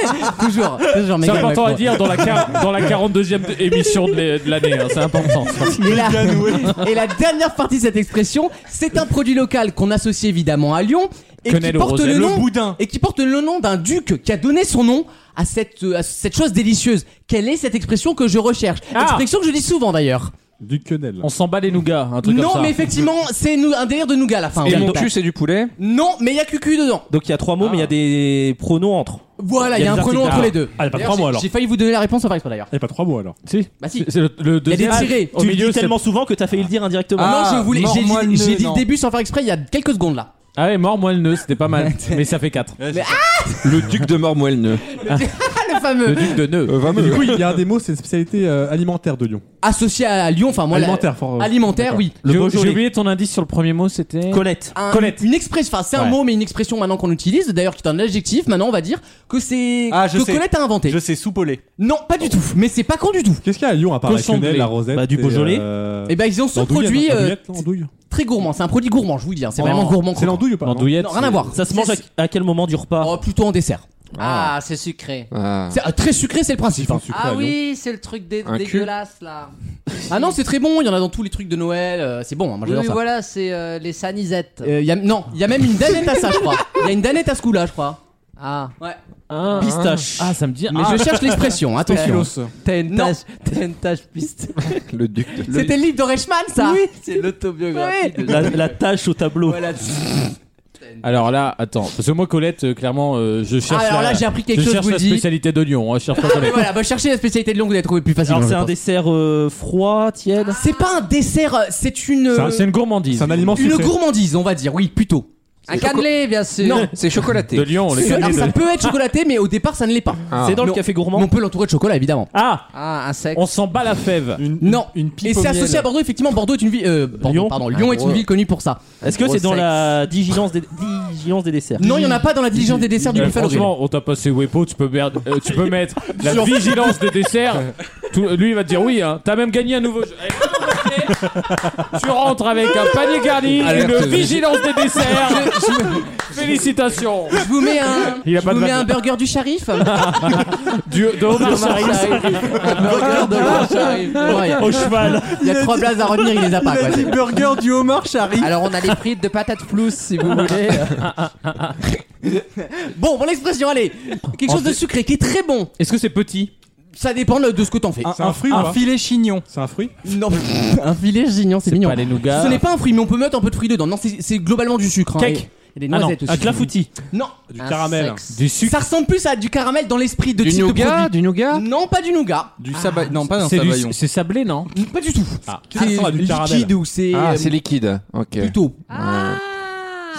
Speaker 2: toujours, toujours
Speaker 6: C'est
Speaker 2: Megan
Speaker 6: important à
Speaker 2: Waipo.
Speaker 6: dire dans la, quar- dans la 42e de- émission de l'é- de l'année. hein, c'est important. ça.
Speaker 2: Et la, et la dernière partie de cette expression, c'est un produit local qu'on associe évidemment à Lyon et qui
Speaker 6: Quenelle au
Speaker 2: porte
Speaker 6: rosé.
Speaker 2: le
Speaker 6: Le
Speaker 2: nom
Speaker 14: boudin.
Speaker 2: et qui porte le nom d'un duc qui a donné son nom à cette, à cette chose délicieuse. Quelle est cette expression que je recherche
Speaker 6: Ah
Speaker 2: Expression que je dis souvent d'ailleurs.
Speaker 6: Du quenelle. On s'en bat les nougats, un truc comme
Speaker 2: Non,
Speaker 6: ça.
Speaker 2: mais effectivement, c'est nou- un délire de nougat à la fin.
Speaker 10: Et
Speaker 2: au
Speaker 10: mon
Speaker 2: total.
Speaker 10: cul, c'est
Speaker 7: du poulet
Speaker 2: Non, mais il y a cucu dedans.
Speaker 10: Donc il y a trois mots, mais il y a des pronoms entre.
Speaker 2: Voilà, il y a un
Speaker 10: des
Speaker 2: prénom
Speaker 10: articles.
Speaker 2: entre les deux.
Speaker 10: Ah, il y a pas
Speaker 2: D'ailleurs,
Speaker 10: trois mots
Speaker 2: j'ai-
Speaker 10: alors.
Speaker 2: J'ai failli vous donner la réponse, on va pas d'ailleurs.
Speaker 10: Il n'y a pas trois mots alors.
Speaker 6: Si.
Speaker 2: Bah si.
Speaker 6: C'est le, le
Speaker 2: Il y a des
Speaker 6: deuxième.
Speaker 2: tirés.
Speaker 10: Tu le dis tellement souvent que t'as failli le dire indirectement.
Speaker 2: Ah, non, je voulais. J'ai dit, j'ai dit le
Speaker 6: non.
Speaker 2: début sans faire exprès il y a quelques secondes là.
Speaker 6: Ah ouais, mort moelleux, c'était pas mal. mais ça fait 4.
Speaker 7: Le duc de Mormoelneux.
Speaker 2: le fameux.
Speaker 6: Le duc de Neu.
Speaker 5: du coup, il y a des mots, c'est une spécialité euh, alimentaire de Lyon.
Speaker 2: Associé à Lyon, enfin moi. la-
Speaker 5: Alimentaire, fort, euh,
Speaker 2: Alimentaire,
Speaker 5: d'accord.
Speaker 2: oui.
Speaker 5: Le
Speaker 6: J'ai-
Speaker 5: Beaujolais.
Speaker 6: J'ai oublié ton indice sur le premier mot, c'était.
Speaker 10: Colette.
Speaker 2: Un- Une expression, enfin c'est un
Speaker 6: Ouais.
Speaker 2: mot mais une expression maintenant qu'on utilise, d'ailleurs qui est un adjectif, maintenant on va dire que c'est
Speaker 12: Ah, je
Speaker 2: que
Speaker 12: sais.
Speaker 2: Colette a inventé.
Speaker 12: Je sais, soupolé.
Speaker 2: Non, pas du tout, mais c'est pas con du tout.
Speaker 5: Qu'est-ce qu'il y a à Lyon à part la
Speaker 2: Cochon de
Speaker 5: quenelle,
Speaker 2: lait.
Speaker 5: la rosette
Speaker 2: Bah, du
Speaker 5: et,
Speaker 2: Beaujolais.
Speaker 5: euh,
Speaker 2: Et ben ils ont ce
Speaker 5: l'andouille,
Speaker 2: produit
Speaker 5: attends,
Speaker 2: euh,
Speaker 5: l'andouillette, l'andouille.
Speaker 2: très gourmand, c'est un produit gourmand, je vous le dis, hein, c'est
Speaker 5: Oh,
Speaker 2: vraiment gourmand.
Speaker 5: C'est l'andouille ou pas
Speaker 2: Non, rien à voir.
Speaker 10: Ça se mange
Speaker 2: C'est-
Speaker 10: à, à quel moment du repas
Speaker 2: Oh, Plutôt en dessert.
Speaker 9: Ah, c'est sucré.
Speaker 2: C'est ah, très sucré, c'est le principe. hein.
Speaker 9: Ah oui, c'est le truc dé-
Speaker 2: Un cul.
Speaker 9: dégueulasse là.
Speaker 2: Ah non, c'est très bon, il y en a dans tous les trucs de Noël, euh, c'est bon, hein, moi
Speaker 9: Oui,
Speaker 2: j'adore
Speaker 9: oui,
Speaker 2: ça.
Speaker 9: voilà, c'est euh, les sanisettes.
Speaker 2: Euh, y a- non, il y a même une danette à ça, je crois. Il y a une danette à ce coup-là, je crois.
Speaker 9: Ah.
Speaker 2: Ouais.
Speaker 10: Pistache.
Speaker 6: Ah, ça me dit.
Speaker 2: Mais
Speaker 6: Ah.
Speaker 2: je cherche l'expression, attention.
Speaker 6: Spéculoos.
Speaker 9: T'as une
Speaker 2: Non.
Speaker 9: tache, t'as une tache piste.
Speaker 7: Le duc de
Speaker 2: C'était le livre de Reichmann, ça
Speaker 9: Oui, c'est l'autobiographie. de-
Speaker 10: La, la tâche au tableau.
Speaker 2: Voilà.
Speaker 6: Alors là, attends. Parce que moi, Colette, euh, clairement, euh, je cherche.
Speaker 2: Ah, alors
Speaker 6: la-
Speaker 2: là, j'ai appris quelque
Speaker 6: je
Speaker 2: chose,
Speaker 6: cherche
Speaker 2: je vous
Speaker 6: la
Speaker 2: le dis.
Speaker 6: spécialité de Lyon. hein, je cherche pas
Speaker 2: Mais
Speaker 6: Colette.
Speaker 2: voilà, bah, cherchez la spécialité de Lyon, vous allez trouver plus facilement.
Speaker 10: Alors c'est
Speaker 2: je
Speaker 10: un
Speaker 2: pense.
Speaker 10: dessert euh, froid, tiède.
Speaker 2: C'est pas un dessert, euh, c'est une euh,
Speaker 6: C'est un- C'est une gourmandise.
Speaker 5: C'est un aliment
Speaker 2: une
Speaker 5: sucré.
Speaker 2: gourmandise, on va dire, oui, plutôt.
Speaker 9: Un cannelé, bien sûr.
Speaker 2: Non.
Speaker 7: C'est chocolaté.
Speaker 6: De Lyon, les
Speaker 2: C'est- alors, ça
Speaker 6: de...
Speaker 2: peut être chocolaté, mais au départ, ça ne l'est pas.
Speaker 7: Ah.
Speaker 10: C'est dans le
Speaker 2: Non.
Speaker 10: café
Speaker 2: Mais
Speaker 10: gourmand.
Speaker 2: on peut l'entourer de chocolat, évidemment.
Speaker 6: Ah,
Speaker 9: Ah, un sec.
Speaker 6: on s'en bat la fève.
Speaker 2: non.
Speaker 5: une pipe
Speaker 2: Et
Speaker 5: au
Speaker 2: c'est associé
Speaker 5: miel.
Speaker 2: à Bordeaux. Effectivement, Bordeaux est une ville. euh, Bordeaux,
Speaker 10: Lyon.
Speaker 2: pardon, Lyon
Speaker 9: Ah,
Speaker 2: est une
Speaker 9: ouais.
Speaker 2: ville connue pour ça.
Speaker 10: Est-ce que
Speaker 9: Gros
Speaker 10: c'est dans
Speaker 9: sexe.
Speaker 10: la digilance des, digilance des desserts
Speaker 2: Non, il y en a pas dans la diligence des desserts du
Speaker 6: Euh,
Speaker 2: Buffalo. Grill.
Speaker 6: franchement, on t'a passé Wepo, tu peux, merde- euh, tu peux mettre la vigilance des desserts. Tout- lui, il va te dire oui. Hein. T'as même gagné un nouveau jeu. Allez, tu rentres avec un panier garni,
Speaker 7: Alerte.
Speaker 6: une vigilance des desserts. Félicitations.
Speaker 2: Je vous mets un,
Speaker 6: Il a
Speaker 2: je
Speaker 6: pas de
Speaker 2: vous mets
Speaker 6: vanne.
Speaker 2: un burger du Sharif.
Speaker 6: Du, de Homer Charisse
Speaker 2: burger de Homer Sharif. Ouais,
Speaker 10: Au cheval.
Speaker 2: Il y a trois blazes à retenir, il les a pas. Quoi.
Speaker 12: burger du homard, Charlie.
Speaker 9: Alors on a les frites de patates floues si vous voulez.
Speaker 2: Bon, pour l'expression, allez. Quelque chose de sucré qui est très bon.
Speaker 6: Est-ce que c'est petit
Speaker 2: Ça dépend le- de ce que t'en fais.
Speaker 5: C'est un fruit ou
Speaker 12: Un
Speaker 5: pas
Speaker 12: filet chignon.
Speaker 5: C'est un fruit
Speaker 2: Non, pff, un filet gignon, c'est mignon.
Speaker 6: Pas les nougats.
Speaker 13: Ah.
Speaker 2: Ce n'est pas un fruit, mais on peut mettre un peu de fruit dedans. Non, c'est c'est globalement du sucre. hein.
Speaker 6: Cake.
Speaker 2: Et- Il y a des
Speaker 10: Ah non,
Speaker 2: noisettes
Speaker 10: un
Speaker 2: aussi.
Speaker 10: clafoutis.
Speaker 2: Non,
Speaker 5: Du
Speaker 9: Un
Speaker 5: caramel.
Speaker 9: sexe.
Speaker 6: Du sucre.
Speaker 2: ça ressemble plus à du caramel dans l'esprit de
Speaker 7: Du
Speaker 2: type de
Speaker 7: nougat
Speaker 2: produit.
Speaker 7: Du nougat
Speaker 2: Non, pas du nougat.
Speaker 12: Du
Speaker 7: Ah.
Speaker 12: sabay. Non,
Speaker 2: Ah
Speaker 12: pas d'un
Speaker 6: C'est du-
Speaker 12: sabayon.
Speaker 6: c'est sablé, non
Speaker 2: Pas du tout.
Speaker 5: Ah, ça, du caramel.
Speaker 2: liquide ou c'est
Speaker 7: Ah,
Speaker 2: euh,
Speaker 7: c'est liquide. Ok.
Speaker 2: plutôt.
Speaker 9: Ah.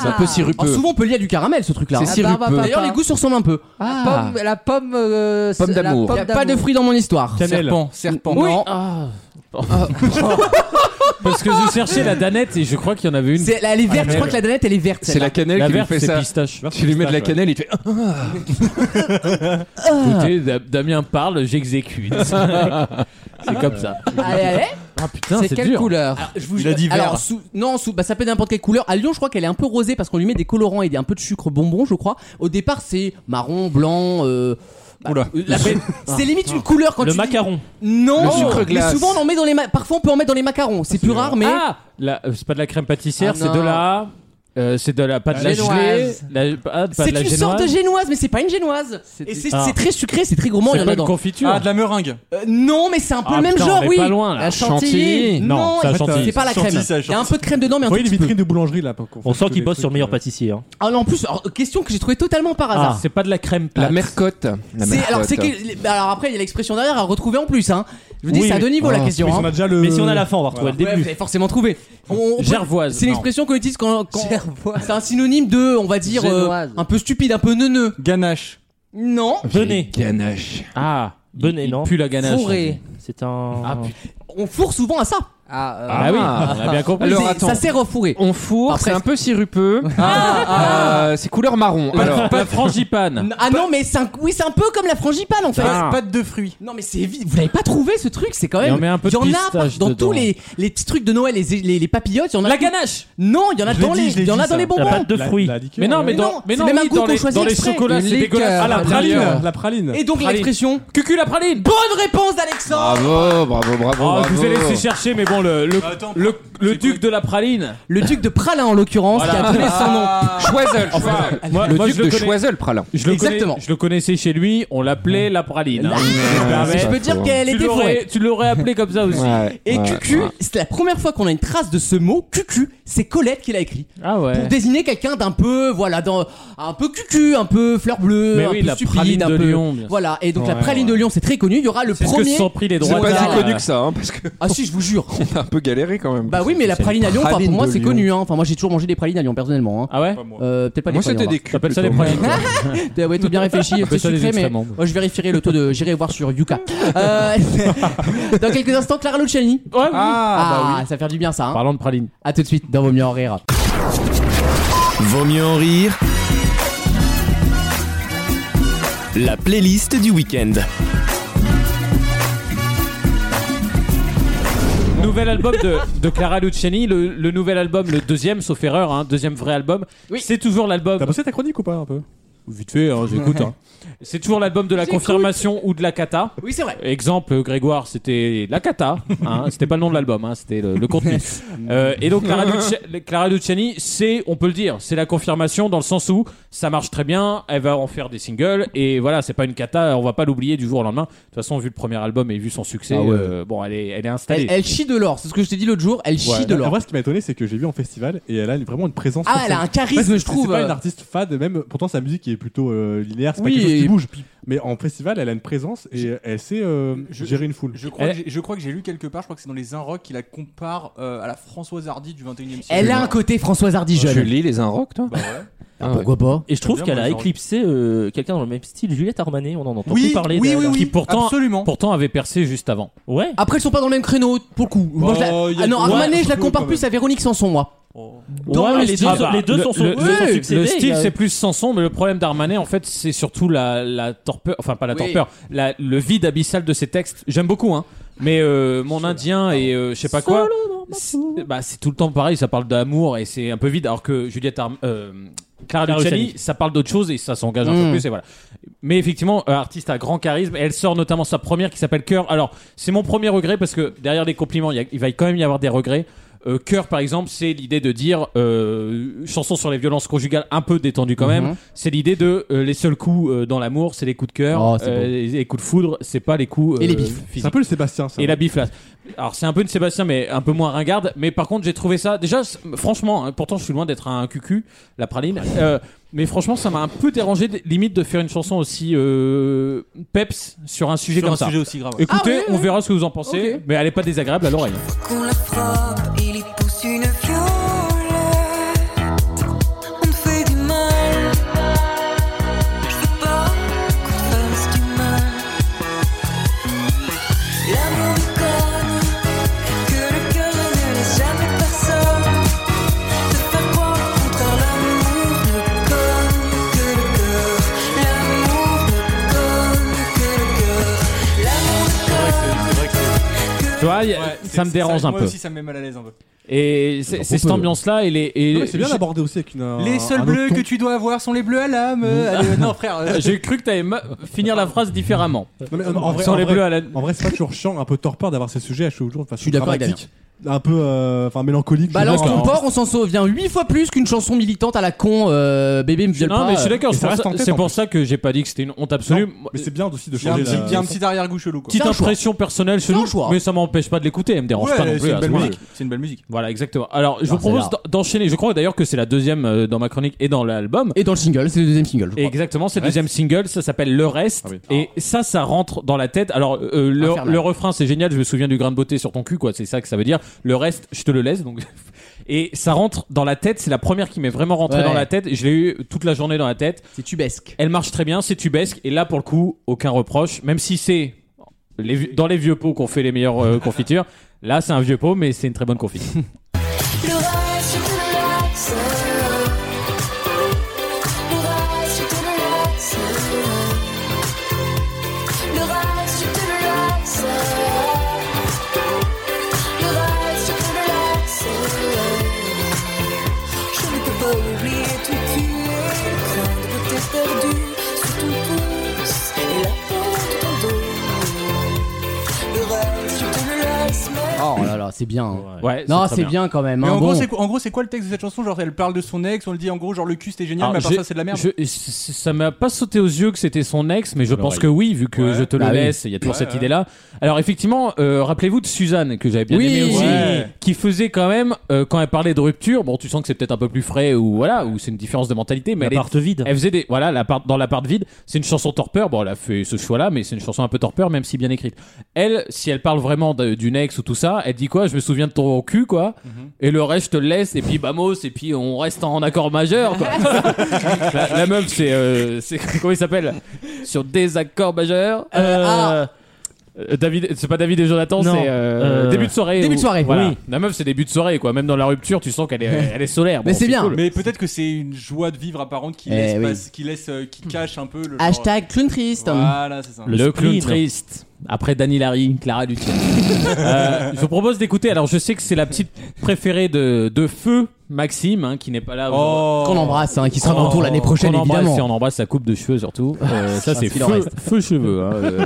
Speaker 7: C'est un peu
Speaker 2: Alors,
Speaker 7: sirupeux.
Speaker 2: souvent on peut lier à du caramel ce truc-là.
Speaker 7: C'est
Speaker 2: hein.
Speaker 7: sirupeux.
Speaker 9: bah, bah, bah.
Speaker 2: D'ailleurs, les goûts se ressemblent un peu.
Speaker 9: La pomme, la pomme, euh,
Speaker 7: Pomme
Speaker 9: c'est- la
Speaker 7: d'amour.
Speaker 9: Ah. pomme
Speaker 2: Y a pas de fruits dans mon histoire.
Speaker 6: Cannelle.
Speaker 12: Serpent, serpent.
Speaker 2: Non,
Speaker 6: Ah. Oh. Parce que je cherchais la danette et je crois qu'il y en avait une.
Speaker 2: c'est- elle est verte. Je crois que la danette elle est verte.
Speaker 7: C'est la cannelle
Speaker 6: La
Speaker 7: qui lui
Speaker 6: verte,
Speaker 7: fait
Speaker 6: c'est
Speaker 7: ça.
Speaker 6: pistache.
Speaker 7: Tu lui mets de la cannelle, il te fait. Ah,
Speaker 6: Écoutez, Da- Damien parle, j'exécute. c'est comme ça.
Speaker 2: celle-là. Allez, allez.
Speaker 6: Ah putain,
Speaker 9: C'est quelle couleur
Speaker 2: Ah, Je vous
Speaker 12: Il a dit vert.
Speaker 2: Alors, sous- non, sous- bah, ça peut être n'importe quelle couleur. À Lyon, je crois qu'elle est un peu rosée parce qu'on lui met des colorants et un peu de sucre bonbon, je crois. Au départ, c'est marron, blanc. euh, bah,
Speaker 12: Oula.
Speaker 2: euh, la-
Speaker 6: Ah.
Speaker 2: c'est limite une couleur quand
Speaker 10: Le
Speaker 2: tu.
Speaker 10: macaron.
Speaker 2: Non,
Speaker 7: Le sucre
Speaker 2: mais
Speaker 7: glace.
Speaker 2: souvent on en met dans les. ma- Parfois, on peut en mettre dans les macarons. C'est plus rare, mais.
Speaker 6: Ah La- euh, C'est pas de la crème pâtissière,
Speaker 9: Ah,
Speaker 6: c'est de
Speaker 9: non.
Speaker 6: la. euh, c'est de la. Pas de la gelée.
Speaker 9: Génoise.
Speaker 6: la- ah, pas
Speaker 2: c'est
Speaker 6: de la
Speaker 2: une sorte de
Speaker 6: génoise.
Speaker 2: génoise, mais c'est pas une génoise. Et c'est
Speaker 6: Ah.
Speaker 2: c'est très sucré, c'est très gourmand. Il y
Speaker 6: C'est
Speaker 2: en a
Speaker 6: pas une
Speaker 2: dans.
Speaker 6: confiture.
Speaker 12: Ah, de la meringue.
Speaker 2: Euh, non, mais c'est un peu
Speaker 6: Ah,
Speaker 2: le même
Speaker 6: putain,
Speaker 2: genre,
Speaker 6: on est
Speaker 2: oui.
Speaker 6: pas loin, là.
Speaker 2: La chantilly.
Speaker 7: Chantilly.
Speaker 6: Non, c'est la chantilly.
Speaker 2: c'est pas la
Speaker 12: Chantilly,
Speaker 2: crème.
Speaker 12: c'est la
Speaker 2: Il y a un peu de crème dedans, mais
Speaker 5: Vous
Speaker 2: un
Speaker 5: voyez les
Speaker 2: tout petit peu.
Speaker 5: vitrines de boulangerie là pour qu'on
Speaker 10: On
Speaker 5: fasse
Speaker 10: sent
Speaker 5: que
Speaker 10: qu'il
Speaker 5: des
Speaker 10: bosse sur
Speaker 5: trucs,
Speaker 10: meilleur
Speaker 5: euh,
Speaker 10: pâtissier. hein.
Speaker 2: Ah non, en plus, alors, question que j'ai trouvée totalement par hasard.
Speaker 6: Ah, c'est pas de la crème
Speaker 7: La
Speaker 6: pâte.
Speaker 7: mercotte. La
Speaker 2: C'est- alors, c'est
Speaker 7: mercotte. hein.
Speaker 2: que- bah, alors après, il y a l'expression derrière à retrouver en plus. Hein. Je vous dis,
Speaker 10: Oui,
Speaker 2: c'est à
Speaker 10: oui.
Speaker 2: deux niveaux la
Speaker 7: Oh,
Speaker 2: question.
Speaker 5: Mais si
Speaker 2: hein.
Speaker 5: on a déjà le.
Speaker 10: Mais si on a la fin, on va retrouver
Speaker 2: Ouais,
Speaker 10: le début.
Speaker 2: vous avez forcément trouvé. On- on peut-
Speaker 6: Gervoise.
Speaker 2: C'est
Speaker 6: non.
Speaker 2: l'expression qu'on utilise quand. quand-
Speaker 9: Gervoise.
Speaker 2: C'est un synonyme de, on va dire, euh,
Speaker 9: Génoise.
Speaker 2: un peu stupide, un peu neuneux.
Speaker 12: Ganache.
Speaker 2: Non.
Speaker 10: Benet.
Speaker 7: Ganache.
Speaker 6: Ah,
Speaker 10: Benet,
Speaker 6: il
Speaker 10: non
Speaker 6: pue la ganache.
Speaker 9: Fourré.
Speaker 10: C'est un.
Speaker 6: Ah putain.
Speaker 2: On fourre souvent à ça.
Speaker 9: Ah, euh,
Speaker 6: Ah oui, on a bien compris.
Speaker 7: Alors,
Speaker 2: C'est-
Speaker 7: attends.
Speaker 2: Ça sert à fourrer.
Speaker 7: On fourre,
Speaker 2: Après-
Speaker 7: c'est un peu sirupeux. Euh, c'est couleur marron. Alors,
Speaker 6: Pas de frangipane.
Speaker 2: Ah non, mais c'est un... oui, c'est un peu comme la frangipane en fait.
Speaker 6: Ah.
Speaker 12: Pâte de fruits.
Speaker 2: Non mais c'est évi- vous l'avez pas trouvé ce truc, c'est quand
Speaker 6: Et
Speaker 2: même.
Speaker 6: on met un peu
Speaker 2: il y
Speaker 6: de
Speaker 2: en a
Speaker 6: pistache
Speaker 2: dans
Speaker 6: dedans.
Speaker 2: tous les, les petits trucs de Noël, les, les, les papillotes, il y en a.
Speaker 6: La ganache.
Speaker 2: Non, il y en a
Speaker 5: Je l'ai
Speaker 2: dans
Speaker 5: dit,
Speaker 2: les,
Speaker 5: je l'ai
Speaker 2: il y en
Speaker 5: dit,
Speaker 2: a dans
Speaker 5: ça.
Speaker 2: les bonbons.
Speaker 10: La pâte de
Speaker 5: la-
Speaker 10: fruits.
Speaker 5: la liqueur,
Speaker 6: Mais non,
Speaker 5: ouais.
Speaker 6: mais
Speaker 2: Mais
Speaker 6: dans,
Speaker 2: non,
Speaker 6: mais
Speaker 2: c'est
Speaker 6: non,
Speaker 2: même un
Speaker 6: oui,
Speaker 2: goût
Speaker 6: dans
Speaker 2: qu'on
Speaker 6: les,
Speaker 2: choisit
Speaker 6: dans les
Speaker 2: exprès.
Speaker 6: chocolats,
Speaker 7: Le
Speaker 6: c'est
Speaker 7: liqueur.
Speaker 6: dégueulasse. Ah, la
Speaker 7: La
Speaker 6: praline.
Speaker 7: liqueur.
Speaker 2: La praline. Et donc il y a
Speaker 6: Praline.
Speaker 2: l'expression.
Speaker 6: Cucu la praline.
Speaker 2: Bonne réponse d'Alexandre.
Speaker 7: bravo, bravo, bravo.
Speaker 6: Oh, je
Speaker 7: bravo.
Speaker 6: vous ai laissé chercher, mais bon, le, le,
Speaker 12: Attends.
Speaker 6: le, le duc de la praline.
Speaker 2: Le duc de Pralin en l'occurrence qui a donné son nom.
Speaker 7: Ah, Choiseul, Choiseul. le duc de Choiseul, Pralin.
Speaker 6: Je le, connais-
Speaker 2: Exactement.
Speaker 6: je le connaissais chez lui, on l'appelait la praline. hein, je me permets.
Speaker 2: je peux dire qu'elle
Speaker 6: Tu
Speaker 2: était
Speaker 6: l'aurais-
Speaker 2: fourrée.
Speaker 6: Tu l'aurais appelé comme ça aussi.
Speaker 2: Et cucu, c'est la première fois qu'on a une trace de ce mot cucu, c'est Colette qui l'a écrit.
Speaker 6: Ah ouais.
Speaker 2: Pour désigner quelqu'un d'un peu voilà dans un peu cucu, un peu fleur bleue,
Speaker 6: Mais
Speaker 2: un
Speaker 6: oui,
Speaker 2: peu
Speaker 6: la
Speaker 2: stupide,
Speaker 6: praline
Speaker 2: un
Speaker 6: de
Speaker 2: peu
Speaker 6: Lyon, bien sûr.
Speaker 2: Voilà, et donc la
Speaker 6: Ouais,
Speaker 2: praline de Lyon, c'est très connu, il y aura le
Speaker 6: C'est ce que
Speaker 2: premier
Speaker 6: se sont pris les
Speaker 7: C'est
Speaker 6: droits.
Speaker 7: pas si connu que ça, hein, parce que
Speaker 2: Ah si, je vous jure.
Speaker 7: on a un peu galéré quand même.
Speaker 2: Bah oui, mais la praline à Lyon, enfin,
Speaker 7: Praline
Speaker 2: pour moi,
Speaker 7: de
Speaker 2: c'est
Speaker 7: Lyon.
Speaker 2: connu. hein. Enfin, moi, j'ai toujours mangé des pralines à Lyon, personnellement. hein.
Speaker 6: Ah ouais
Speaker 2: Euh, Peut-être pas des
Speaker 7: Moi,
Speaker 2: pralines,
Speaker 7: c'était
Speaker 2: on
Speaker 7: des
Speaker 2: va.
Speaker 7: culs.
Speaker 6: T'appelles ça les
Speaker 7: plutôt.
Speaker 6: pralines toi.
Speaker 2: Ouais, ouais, tout bien réfléchi,
Speaker 6: Appelle
Speaker 2: c'est
Speaker 6: ça des
Speaker 2: sucré, mais
Speaker 6: extrêmes, hein.
Speaker 2: moi je vérifierai le taux de. J'irai voir sur Yuka. Euh, dans quelques instants, Clara Luciani.
Speaker 7: bah
Speaker 6: Ouais, oui.
Speaker 2: Ah, ça fait du bien ça. Hein.
Speaker 6: Parlant de praline.
Speaker 2: À tout de suite dans Vaut mieux en rire.
Speaker 1: Vaut mieux en rire. La playlist du week-end.
Speaker 6: Nouvel album de, de Clara Luciani, le, le nouvel album, le deuxième, sauf erreur, hein, deuxième vrai album.
Speaker 2: Oui.
Speaker 6: C'est toujours l'album.
Speaker 5: T'as bossé ta chronique ou pas un peu
Speaker 6: Vite fait, hein, j'écoute. hein. C'est toujours l'album de la confirmation ou de la cata.
Speaker 2: Oui, c'est vrai.
Speaker 6: Exemple, Grégoire, c'était la cata. hein. c'était pas le nom de l'album, hein, c'était le, le contenu. Euh, et donc Clara, Lucia- Clara Luciani, c'est, on peut le dire, c'est la confirmation dans le sens où ça marche très bien. Elle va en faire des singles et voilà, c'est pas une cata. On va pas l'oublier du jour au lendemain. De toute façon, vu le premier album et vu son succès,
Speaker 2: Ah ouais.
Speaker 6: euh, bon, elle est, elle est installée.
Speaker 2: Elle, elle chie de l'or, c'est ce que je t'ai dit l'autre jour, elle chie
Speaker 5: Ouais.
Speaker 2: de
Speaker 5: En
Speaker 2: l'or.
Speaker 5: vrai, ce qui m'a étonné, c'est que j'ai vu en festival et elle a vraiment une présence.
Speaker 2: Ah,
Speaker 5: sur
Speaker 2: elle a
Speaker 5: scène.
Speaker 2: un charisme,
Speaker 5: En fait, c'est-
Speaker 2: je trouve,
Speaker 5: C'est pas
Speaker 2: euh.
Speaker 5: une artiste fade, même. Pourtant, sa musique est plutôt euh, linéaire, c'est pas
Speaker 2: Oui,
Speaker 5: quelque chose
Speaker 2: et-
Speaker 5: qui bouge. Mais en festival, elle a une présence et elle sait euh,
Speaker 12: Je-
Speaker 5: gérer une foule.
Speaker 12: Je crois, que
Speaker 6: Elle-
Speaker 12: j'ai- je crois que j'ai lu quelque part, je crois que c'est dans les Un Rock qu'il la compare euh, à la Françoise Hardy du 21 e siècle.
Speaker 2: Elle a un côté Françoise Hardy
Speaker 7: Tu
Speaker 2: jeune.
Speaker 7: lis les un rock, toi
Speaker 12: Bah ouais.
Speaker 7: Ah ouais.
Speaker 2: Pourquoi pas
Speaker 10: Et je trouve
Speaker 12: bien,
Speaker 10: qu'elle
Speaker 12: moi,
Speaker 10: a
Speaker 12: genre.
Speaker 10: éclipsé euh, quelqu'un dans le même style, Juliette Armanet, on en entend plus
Speaker 12: Oui,
Speaker 10: parler.
Speaker 12: oui,
Speaker 10: d'elle.
Speaker 12: oui, oui,
Speaker 6: qui pourtant-
Speaker 12: absolument.
Speaker 6: Pourtant, avait percé juste avant.
Speaker 10: Ouais.
Speaker 2: Après, ils sont pas dans le même créneau, pour le coup. Moi, je la-
Speaker 12: Oh, y a-
Speaker 2: Ah non,
Speaker 12: ouais,
Speaker 2: Armanet, je la
Speaker 12: peu,
Speaker 2: compare
Speaker 12: quand
Speaker 2: plus à Véronique Sanson, moi. Dans
Speaker 10: Ouais,
Speaker 2: le
Speaker 10: mais les deux,
Speaker 2: style.
Speaker 10: sont- les deux
Speaker 6: bah, le,
Speaker 10: sont, sont-
Speaker 6: le- euh,
Speaker 10: deux sont
Speaker 2: oui,
Speaker 10: succédés.
Speaker 6: le style,
Speaker 10: il y a-
Speaker 6: c'est plus Sanson, mais le problème d'Armanet, en fait, c'est surtout la, la torpeur, enfin pas la
Speaker 2: Oui.
Speaker 6: torpeur, la- le vide abyssal de ses textes. J'aime beaucoup, hein. Mais euh, mon indien et euh, je sais pas quoi, c'est bah, c'est tout le temps pareil. Ça parle d'amour et c'est un peu vide. Alors que Juliette Arm- euh, Clara
Speaker 10: Clara
Speaker 6: Luciani,
Speaker 10: Luciani.
Speaker 6: ça parle d'autre chose et ça s'engage un
Speaker 2: Mm.
Speaker 6: peu plus et voilà. Mais effectivement, euh, artiste à grand charisme. Et elle sort notamment sa première qui s'appelle Cœur. Alors c'est mon premier regret parce que derrière les compliments, il, y a- il va quand même y avoir des regrets. Euh, Cœur, par exemple, c'est l'idée de dire euh, chanson sur les violences conjugales un peu détendue quand même.
Speaker 2: Mhm.
Speaker 6: C'est l'idée de euh, les seuls coups euh, dans l'amour, c'est les coups de cœur,
Speaker 2: Oh, c'est beau.
Speaker 6: euh, les, les coups de foudre, c'est pas les coups
Speaker 2: Et les
Speaker 6: euh,
Speaker 2: bifs.
Speaker 5: C'est
Speaker 6: physiques.
Speaker 5: un peu le Sébastien, ça.
Speaker 6: Et la biflasse. Alors c'est un peu une Sébastien, mais un peu moins ringarde. Mais par contre, j'ai trouvé ça déjà, c- franchement. hein, pourtant, je suis loin d'être un cucu, la praline. Euh, mais franchement, ça m'a un peu dérangé, d- limite, de faire une chanson aussi euh, peps sur un sujet
Speaker 12: Sur
Speaker 6: comme
Speaker 12: un
Speaker 6: ça.
Speaker 12: sujet aussi grave.
Speaker 6: Écoutez,
Speaker 2: Ah, ouais,
Speaker 6: on verra ce que vous en pensez,
Speaker 2: Ok.
Speaker 6: mais elle est pas désagréable à l'oreille.
Speaker 8: Qu'on la frappe, il y pousse une violette. On me fait du mal. Je veux pas qu'on te fasse du mal. L'amour est comme que le cœur ne laisse jamais personne. Te faire croire le contraire, l'amour ne comme que le cœur. L'amour ne comme que le cœur. L'amour est comme
Speaker 6: Tu vois, y a-
Speaker 12: Ouais,
Speaker 6: ça
Speaker 12: c'est-
Speaker 6: me dérange
Speaker 12: ça-
Speaker 6: un
Speaker 12: moi
Speaker 6: peu.
Speaker 12: aussi, ça me met mal à l'aise un peu. Bah,
Speaker 6: Et c'est c'est cette ambiance-là, et les. et-
Speaker 5: Non, mais C'est bien
Speaker 6: j'ai-
Speaker 5: abordé aussi avec une.
Speaker 12: les seuls bleus que tu dois avoir sont les bleus à
Speaker 9: Mm.
Speaker 12: l'âme. Allez, non, frère. euh,
Speaker 6: J'ai cru que t'allais ma- finir
Speaker 12: Ah.
Speaker 6: la phrase différemment.
Speaker 5: en vrai,
Speaker 6: Sans
Speaker 5: en
Speaker 6: les
Speaker 5: vrai-
Speaker 6: bleus à la.
Speaker 5: En vrai, c'est pas toujours chiant, un peu torpeur d'avoir ces sujets à chaque jour de façon
Speaker 2: suis d'accord avec
Speaker 5: dramatique, Un peu, euh, enfin, mélancolique. je
Speaker 2: Balance
Speaker 5: sais pas.
Speaker 2: Bah, ton porc, on s'en souvient 8 fois plus qu'une chanson militante à la con, euh, bébé me viole
Speaker 6: Non,
Speaker 2: pas.
Speaker 6: mais je suis
Speaker 2: euh.
Speaker 6: d'accord,
Speaker 5: Et
Speaker 6: c'est
Speaker 5: ça
Speaker 6: pour
Speaker 5: reste
Speaker 6: ça-
Speaker 5: en tête,
Speaker 6: c'est
Speaker 5: en
Speaker 6: pour
Speaker 5: plus.
Speaker 6: ça que j'ai pas dit que c'était une honte
Speaker 5: Non,
Speaker 6: absolue.
Speaker 5: Mais c'est bien aussi de
Speaker 12: Il y a un
Speaker 5: changer
Speaker 12: petit, il y a un
Speaker 5: la.
Speaker 12: petit arrière-goût chelou quoi.
Speaker 6: Petite
Speaker 2: C'est un choix.
Speaker 6: impression personnelle
Speaker 2: C'est
Speaker 6: chelou,
Speaker 2: un choix.
Speaker 6: mais ça m'empêche pas de l'écouter, elle me dérange
Speaker 12: Ouais,
Speaker 6: pas non plus.
Speaker 12: c'est
Speaker 6: à
Speaker 12: une
Speaker 6: ce
Speaker 12: belle
Speaker 6: moment-là.
Speaker 12: musique. C'est une belle musique.
Speaker 6: Voilà, exactement. Alors, je
Speaker 2: Non,
Speaker 6: vous propose
Speaker 2: c'est
Speaker 6: d'en- d'enchaîner. Je crois d'ailleurs que c'est la deuxième euh, dans ma chronique et dans l'album.
Speaker 2: Et dans le single, c'est le deuxième single. je crois.
Speaker 6: Exactement, c'est le deuxième single, ça s'appelle Le Reste.
Speaker 5: Ah oui.
Speaker 6: Et ça, ça rentre dans la tête. Alors, euh, le,
Speaker 2: Infernal.
Speaker 6: le refrain, c'est génial, je me souviens du grain de beauté sur ton cul, quoi, c'est ça que ça veut dire. Le reste, je te le laisse. Donc... Et ça rentre dans la tête, c'est la première qui m'est vraiment rentrée
Speaker 2: Ouais.
Speaker 6: dans la tête. Je l'ai eu toute la journée dans la tête.
Speaker 2: C'est tubesque.
Speaker 6: Elle marche très bien, c'est tubesque. Et là, pour le coup, aucun reproche. Même si c'est les vieux- dans les vieux pots qu'on fait les meilleures euh, confitures. Là, c'est un vieux pot, mais c'est une très bonne confiture.
Speaker 8: Le reste, je te le laisse. Le reste, je te le laisse. Le reste, je te le laisse. Le reste, je te le laisse. Je ne peux pas oublier ton cul et le grain de beauté perdu sous ton pouce et la peau de ton dos. Le reste, je te le laisse. mais-
Speaker 2: Oh là là, c'est bien. hein.
Speaker 6: Ouais,
Speaker 2: non,
Speaker 6: c'est très
Speaker 2: c'est bien.
Speaker 6: bien.
Speaker 2: quand même.
Speaker 12: Mais
Speaker 2: hein,
Speaker 12: en, gros,
Speaker 2: bon.
Speaker 12: c'est quoi- en gros, c'est quoi le texte de cette chanson Genre, elle parle de son ex, on le dit en gros, genre le cul c'était génial,
Speaker 6: Alors,
Speaker 12: mais à part
Speaker 6: j'ai-
Speaker 12: ça c'est de la merde.
Speaker 6: je- c- ça m'a pas sauté aux yeux que c'était son ex, mais je pense que oui, vu que je te le
Speaker 11: Bah oui.
Speaker 6: laisse, il y a toujours
Speaker 11: Ouais,
Speaker 6: cette
Speaker 11: ouais.
Speaker 6: idée-là. Alors effectivement, euh, rappelez-vous de Suzanne que j'avais bien
Speaker 11: Oui.
Speaker 6: aimé aussi,
Speaker 11: Ouais.
Speaker 6: qui faisait quand même euh, quand elle parlait de rupture. Bon, tu sens que c'est peut-être un peu plus frais ou voilà, ou c'est une différence de mentalité, mais elle,
Speaker 10: L'appart
Speaker 6: est-
Speaker 10: vide.
Speaker 6: elle faisait des voilà la part dans la part vide. C'est une chanson torpeur. Bon, elle a fait ce choix-là, mais c'est une chanson un peu torpeur, même si bien écrite. Elle, si elle parle vraiment de- d'une ex ou tout ça, elle dit quoi Je me souviens de ton cul, quoi. Et le reste, je te le laisse. Et puis bamos, et puis on reste en accord majeur. Quoi. La, la meuf, c'est. euh, c'est- comment il s'appelle Sur des accords majeurs. Euh, euh, David, c'est pas David et Jonathan,
Speaker 10: Non,
Speaker 6: c'est euh,
Speaker 10: euh,
Speaker 6: début de soirée.
Speaker 2: début de soirée,
Speaker 6: voilà.
Speaker 2: oui.
Speaker 6: La meuf, c'est début de soirée, quoi. Même dans la rupture, tu sens qu'elle est, elle est solaire.
Speaker 2: Mais
Speaker 6: Bon,
Speaker 2: c'est bien.
Speaker 6: cool.
Speaker 12: Mais peut-être que c'est une joie de vivre apparente qui
Speaker 2: Eh
Speaker 12: laisse,
Speaker 2: oui.
Speaker 12: pas- qui, laisse euh, qui cache un peu le. genre-
Speaker 2: Hashtag clown triste.
Speaker 15: Ah.
Speaker 12: Voilà, c'est ça.
Speaker 6: Le, clown triste. Après Dani Larry, Clara Luciani. Euh, je vous propose d'écouter. Alors, je sais que c'est la petite préférée de, de Feu, Maxime, hein, qui n'est pas là. aujourd'hui.
Speaker 12: Oh.
Speaker 2: Qu'on embrasse, hein, qui sera de
Speaker 6: Oh.
Speaker 2: retour l'année prochaine,
Speaker 6: Qu'on embrasse,
Speaker 2: évidemment. Ah,
Speaker 6: et on embrasse sa coupe de cheveux surtout. Euh, ça, c'est
Speaker 2: Parce qu'il en
Speaker 6: feu,
Speaker 2: reste.
Speaker 6: feu cheveux. hein, euh.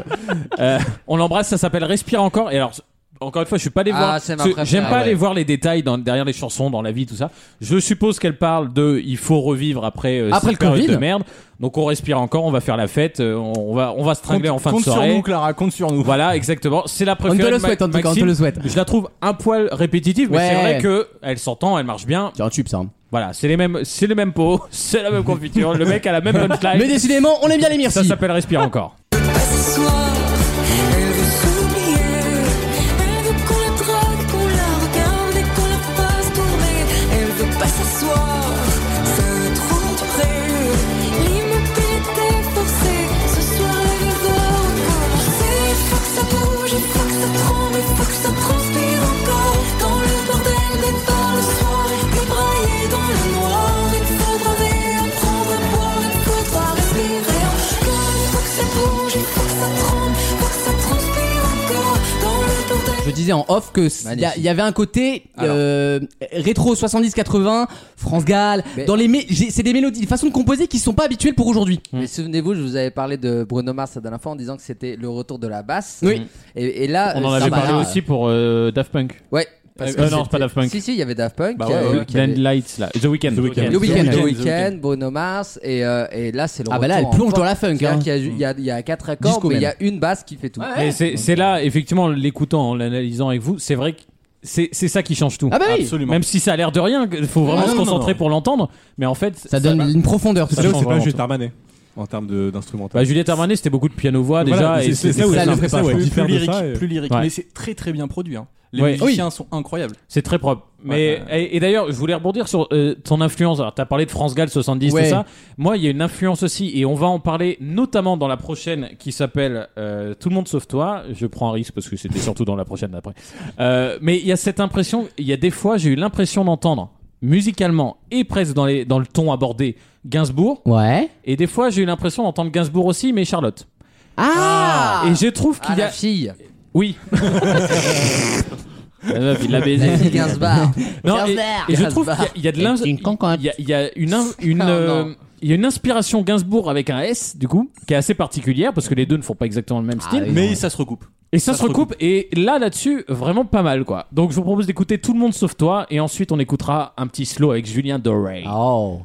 Speaker 6: Euh, on l'embrasse, ça s'appelle Respire encore. Et alors, encore une fois, je suis pas allé
Speaker 9: Ah,
Speaker 6: voir.
Speaker 9: c'est ma
Speaker 6: parce que
Speaker 9: préférée,
Speaker 6: J'aime pas
Speaker 9: ouais.
Speaker 6: aller voir les détails dans, derrière les chansons, dans la vie, tout ça. Je suppose qu'elle parle de il faut revivre après, euh,
Speaker 2: Après
Speaker 6: cette
Speaker 2: le Covid.
Speaker 6: période de merde. Donc on respire encore, on va faire la fête, euh, on va on va se
Speaker 12: Compte,
Speaker 6: tringler en fin
Speaker 12: compte
Speaker 6: de soirée.
Speaker 12: sur nous, Clara, compte sur nous.
Speaker 6: Voilà, exactement. C'est la
Speaker 2: On te
Speaker 6: préférée.
Speaker 2: le
Speaker 6: de Ma-
Speaker 2: souhaite, en tout cas, on te
Speaker 6: Maxime.
Speaker 2: le souhaite.
Speaker 6: Je la trouve un poil répétitive, mais
Speaker 2: Ouais.
Speaker 6: c'est vrai que elle s'entend, elle marche bien.
Speaker 2: C'est un tube, ça. hein.
Speaker 6: Voilà, c'est les mêmes, c'est les mêmes pots, c'est la même confiture. le mec a la même punchline.
Speaker 2: Mais décidément, on aime bien les
Speaker 6: ça
Speaker 2: myrcilles.
Speaker 6: s'appelle respire encore.
Speaker 8: Ce soir, elle veut s'oublier. Elle veut qu'on la drague, qu'on la regarde et qu'on la fasse tourner. Elle veut pas s'asseoir, ça va trop durer. L'immobilité forcée, ce soir, elle veut recommencer. Il faut que ça bouge, il faut que ça tremble, il faut que ça transpire encore. Dans le bordel des bars le soir, que brailler dans le noir. Il faudra réapprendre à boire, il faudra respirer encore. Il faut que ça bouge, il faut que ça tremble, il faut que ça transpire encore. Dans le bordel.
Speaker 2: Je disais en off que c- il y, a- il y avait un côté euh, rétro 70-80, France Gall.
Speaker 9: Mais-
Speaker 2: Dans les mé- j'ai- c'est des mélodies, des façons de composer qui sont pas habituelles pour aujourd'hui.
Speaker 9: Mais souvenez-vous, je vous avais parlé de Bruno Mars la dernière fois en disant que c'était le retour de la basse.
Speaker 2: Oui.
Speaker 9: Et, et là,
Speaker 6: On en
Speaker 9: euh,
Speaker 6: avait
Speaker 9: ça m'a-
Speaker 6: parlé aussi pour euh, Daft Punk.
Speaker 9: Ouais.
Speaker 6: Euh, euh, non,
Speaker 9: c'était-
Speaker 6: c'est pas Daft Punk.
Speaker 9: Si, si, il y avait Daft Punk. il y avait-
Speaker 6: Euh,
Speaker 9: il y avait-
Speaker 6: Blind Lights là, The Weeknd.
Speaker 5: The Weeknd.
Speaker 9: The Weeknd,
Speaker 2: Weeknd,
Speaker 9: The
Speaker 2: The
Speaker 9: Weeknd, Bruno Mars, et, euh, et là c'est le
Speaker 2: Ah bah là, elle
Speaker 9: retour en
Speaker 2: plonge
Speaker 9: force.
Speaker 2: dans la funk.
Speaker 9: C'est-à-dire
Speaker 2: hein.
Speaker 9: qu'il y a ju- il y, a, il y a quatre accords,
Speaker 2: Disco
Speaker 9: mais il y a une basse qui fait tout.
Speaker 6: Et c'est c'est là effectivement en l'écoutant, en l'analysant avec vous, c'est vrai que c'est c'est ça qui change tout.
Speaker 2: Ah bah oui.
Speaker 12: Absolument.
Speaker 6: Même si ça a l'air de rien, il faut vraiment
Speaker 12: Ah non,
Speaker 6: se
Speaker 12: non, non,
Speaker 6: concentrer
Speaker 12: non.
Speaker 6: pour l'entendre. Mais en fait,
Speaker 2: Ça donne une profondeur. tout
Speaker 5: C'est
Speaker 2: ça.
Speaker 5: là où
Speaker 6: change
Speaker 5: c'est pas
Speaker 6: vraiment
Speaker 5: Juliette
Speaker 6: tout.
Speaker 5: Armanet en termes de- d'instrumental.
Speaker 6: Bah, Juliette Armanet, c'était beaucoup de piano-voix
Speaker 5: Voilà,
Speaker 6: déjà. et
Speaker 5: c'est- c'est
Speaker 6: c'était-
Speaker 5: ça où
Speaker 2: ça,
Speaker 5: elle
Speaker 2: le
Speaker 5: s'en-
Speaker 2: prépare.
Speaker 5: ça où elle
Speaker 12: plus,
Speaker 5: diffère de
Speaker 12: lyrique,
Speaker 5: ça, et-
Speaker 12: plus lyrique.
Speaker 6: Ouais.
Speaker 12: Mais c'est très très bien produit. Hein. Les
Speaker 6: Ouais.
Speaker 12: musiciens sont incroyables.
Speaker 6: C'est très propre. Mais
Speaker 12: Ouais,
Speaker 6: et, et d'ailleurs, je voulais rebondir sur euh, ton influence. Alors, t'as parlé de France Gall 70
Speaker 2: Ouais.
Speaker 6: tout ça. Moi, il y a une influence aussi, et on va en parler notamment dans la prochaine qui s'appelle euh, Tout le monde sauf toi. Je prends un risque parce que c'était surtout dans la prochaine d'après. Euh, mais il y a cette impression. Il y a des fois, j'ai eu l'impression d'entendre musicalement et presque dans les dans le ton abordé Gainsbourg,
Speaker 2: Ouais.
Speaker 6: et des fois, j'ai eu l'impression d'entendre Gainsbourg aussi, mais Charlotte.
Speaker 2: Ah.
Speaker 6: Et je trouve
Speaker 9: Ah,
Speaker 6: qu'il y a
Speaker 9: la fille,
Speaker 6: oui. La meuf, il l'a baisé.
Speaker 9: la fille Gainsbourg.
Speaker 6: Non, et, et je trouve qu'il y
Speaker 9: Gainsbourg.
Speaker 6: a- il y, a de l'ins-
Speaker 2: Et une concotte.
Speaker 6: il y a- il y a une in- une,
Speaker 9: Oh,
Speaker 6: euh,
Speaker 9: non.
Speaker 6: il y a une inspiration Gainsbourg avec un S du coup qui est assez particulière parce que les deux ne font pas exactement le même style
Speaker 2: oui.
Speaker 12: Mais ça se recoupe.
Speaker 6: et ça,
Speaker 12: ça
Speaker 6: se
Speaker 12: se
Speaker 6: recoupe et là là-dessus vraiment pas mal quoi donc je vous propose d'écouter tout le monde sauf toi et ensuite on écoutera un petit slow avec Julien Doré
Speaker 2: Oh.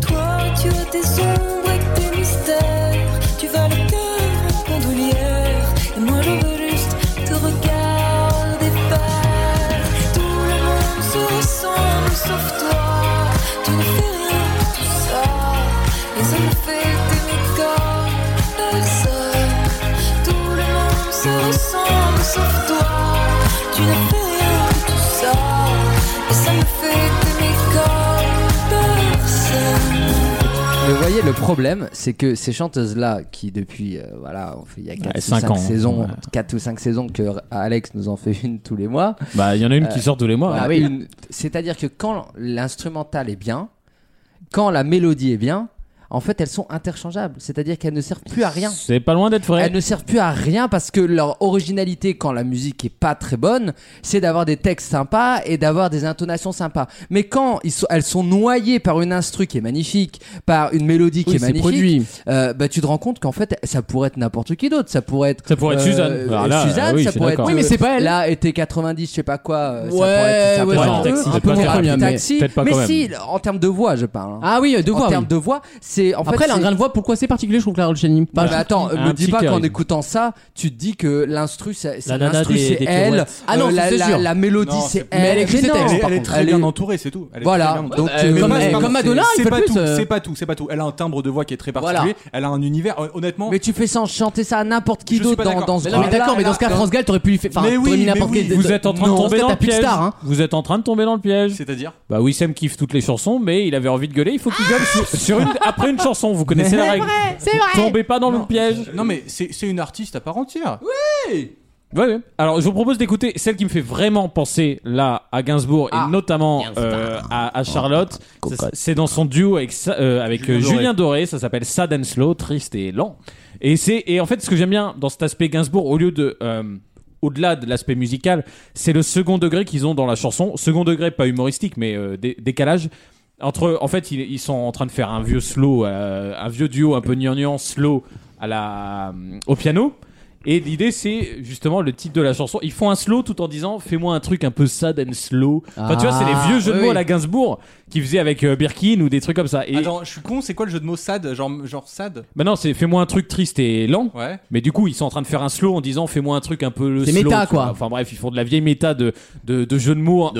Speaker 8: Toi, tu as tes ombres et tes mystères. Tu vas le cœur en bandoulière. Et moi, je veux juste te regarder faire. Tout le monde se ressemble sauf toi. Tu ne fais rien de tout ça. Et ça me fait t'aimer comme personne. Tout le monde se ressemble sauf toi. Tu ne fais rien de tout ça. Et ça me fait t'aimer comme personne.
Speaker 9: Mais vous voyez, le problème, c'est que ces chanteuses-là, qui depuis, euh, voilà, on fait- il y a 4
Speaker 6: Ouais,
Speaker 9: ou 5,
Speaker 2: hein.
Speaker 6: cinq ans,
Speaker 9: saisons,
Speaker 6: ouais.
Speaker 9: 4 ou 5 saisons que Alex nous en fait une tous les mois, Euh,
Speaker 6: bah il y en a une qui sort tous les mois
Speaker 2: bah Ah
Speaker 9: Voilà, une- C'est-à-dire que quand l'instrumental est bien, quand la mélodie est bien, en fait, elles sont interchangeables. C'est-à-dire qu'elles ne servent plus à rien.
Speaker 6: C'est pas loin d'être vrai.
Speaker 2: Euh,
Speaker 9: Elles ne servent plus à rien parce que leur originalité, quand la musique est pas très bonne, c'est d'avoir des textes sympas et d'avoir des intonations sympas. Mais quand ils sont- elles sont noyées par une instru qui est magnifique, par une mélodie qui
Speaker 2: Oui,
Speaker 9: est
Speaker 2: c'est
Speaker 9: magnifique,
Speaker 2: produit.
Speaker 9: euh, bah tu te rends compte qu'en fait, ça pourrait être n'importe qui d'autre. Ça pourrait être euh,
Speaker 6: Ça pourrait être Suzanne. Alors là, euh,
Speaker 9: Suzanne,
Speaker 6: oui, je
Speaker 9: ça
Speaker 6: suis
Speaker 9: pourrait être.
Speaker 6: d'accord.
Speaker 2: ah Oui, mais c'est pas elle.
Speaker 9: Là, été 90, je sais pas quoi. euh, ça
Speaker 2: Ouais,
Speaker 9: pourrait être, ça
Speaker 2: ouais,
Speaker 9: pourrait
Speaker 2: genre,
Speaker 9: être
Speaker 2: taxi,
Speaker 9: un
Speaker 2: c'est
Speaker 9: peu
Speaker 2: pas
Speaker 9: moins
Speaker 2: très bien,
Speaker 9: rapide,
Speaker 2: mais
Speaker 9: taxi.
Speaker 6: peut-être pas
Speaker 9: Mais
Speaker 6: quand même.
Speaker 9: si, en termes de voix, je parle. hein.
Speaker 2: Ah oui, de
Speaker 9: En
Speaker 2: voix.
Speaker 9: termes
Speaker 2: oui.
Speaker 9: de voix, c'est en
Speaker 2: Après,
Speaker 9: fait,
Speaker 2: elle a un
Speaker 9: c'est-
Speaker 2: grain de voix, pourquoi c'est particulier, je trouve, Clara Luciani Enfin,
Speaker 9: bah,
Speaker 2: je-
Speaker 9: attends,
Speaker 6: un
Speaker 9: me dis
Speaker 6: petit
Speaker 9: pas qu'en
Speaker 6: charisme.
Speaker 9: écoutant ça, tu te dis que l'instru, c'est c'est-
Speaker 10: La nana
Speaker 9: l'instru,
Speaker 10: des-
Speaker 9: c'est
Speaker 10: des
Speaker 9: elle.
Speaker 10: pirouettes.
Speaker 2: Ah non,
Speaker 9: euh, la,
Speaker 2: c'est
Speaker 9: la-
Speaker 2: sûr.
Speaker 9: la mélodie,
Speaker 12: Non,
Speaker 9: c'est
Speaker 12: c'est-
Speaker 9: elle.
Speaker 2: Mais elle écrit ses
Speaker 9: non.
Speaker 2: textes,
Speaker 12: Elle, est-
Speaker 2: par
Speaker 12: elle est
Speaker 2: contre.
Speaker 12: très
Speaker 9: Elle
Speaker 12: bien
Speaker 9: est-
Speaker 12: entourée, c'est tout. Elle est
Speaker 9: Voilà.
Speaker 12: très bien entourée.
Speaker 9: Donc,
Speaker 2: euh,
Speaker 9: euh,
Speaker 2: comme-
Speaker 12: c'est
Speaker 2: eh,
Speaker 12: pas-
Speaker 2: comme Madonna,
Speaker 12: c'est-
Speaker 2: il
Speaker 12: c'est
Speaker 2: fait
Speaker 12: pas
Speaker 2: plus,
Speaker 12: tout,
Speaker 2: euh.
Speaker 12: C'est pas tout, c'est pas tout. Elle a un timbre de voix qui est très
Speaker 9: Voilà.
Speaker 12: particulier. Elle a un univers. hon- Honnêtement,
Speaker 9: Mais tu fais ça en chanter ça à n'importe qui
Speaker 12: Je suis
Speaker 9: d'autre
Speaker 12: pas
Speaker 9: dans,
Speaker 12: d'accord.
Speaker 9: dans ce
Speaker 2: Mais non, mais
Speaker 9: groupe-là,
Speaker 2: d'accord, mais dans ce cas,
Speaker 9: là,
Speaker 2: France Gall, t'aurais pu lui faire. Enfin,
Speaker 12: Mais oui,
Speaker 2: t'aurais mis
Speaker 12: mais
Speaker 2: n'importe
Speaker 12: oui.
Speaker 2: quel-
Speaker 6: Vous êtes en train de
Speaker 2: Non,
Speaker 6: tomber
Speaker 2: parce que
Speaker 6: dans
Speaker 2: t'as
Speaker 6: le
Speaker 2: plus de
Speaker 6: piège.
Speaker 2: star, hein.
Speaker 6: Vous êtes en train de tomber dans le piège.
Speaker 12: c'est-à-dire.
Speaker 6: Bah Wissem kiffe toutes les chansons, mais il avait envie de gueuler. Il faut qu'il gueule sur, sur une- après une chanson. Vous connaissez la règle. C'est vrai. Tombez pas dans le piège.
Speaker 12: Non, mais c'est c'est une artiste à part entière.
Speaker 6: Ouais, ouais. Alors, je vous propose d'écouter celle qui me fait vraiment penser là à Gainsbourg
Speaker 9: Ah.
Speaker 6: et notamment euh, à, à Charlotte. Ça, C'est dans son duo avec, Sa- euh, avec
Speaker 12: Julien
Speaker 6: euh,
Speaker 12: Doré.
Speaker 6: Julien Doré. Ça s'appelle Sad and Slow, triste et lent. Et c'est et en fait ce que j'aime bien dans cet aspect Gainsbourg, au lieu de euh, au-delà de l'aspect musical, c'est le second degré qu'ils ont dans la chanson. Second degré, pas humoristique, mais euh, dé- décalage. Entre, en fait, ils, ils sont en train de faire un vieux slow, euh, un vieux duo un peu gnangnan slow à la, euh, au piano. Et l'idée, c'est justement le titre de la chanson. Ils font un slow tout en disant Fais-moi un truc un peu sad and slow. Enfin, tu vois, c'est les
Speaker 2: Ah,
Speaker 6: vieux jeux de
Speaker 2: oui,
Speaker 6: mots
Speaker 2: oui.
Speaker 6: à la Gainsbourg qu'ils faisaient avec euh, Birkin ou des trucs comme ça. Et
Speaker 12: Attends, je suis con, c'est quoi le jeu de mots sad Genre, genre sad
Speaker 6: maintenant, Bah c'est Fais-moi un truc triste et lent.
Speaker 12: Ouais.
Speaker 6: Mais du coup, ils sont en train de faire un slow en disant fais-moi un truc un peu le
Speaker 2: C'est
Speaker 6: slow,
Speaker 2: méta,
Speaker 6: tu vois.
Speaker 2: quoi.
Speaker 6: Enfin bref, ils font de la vieille méta de, de, de jeux de mots en-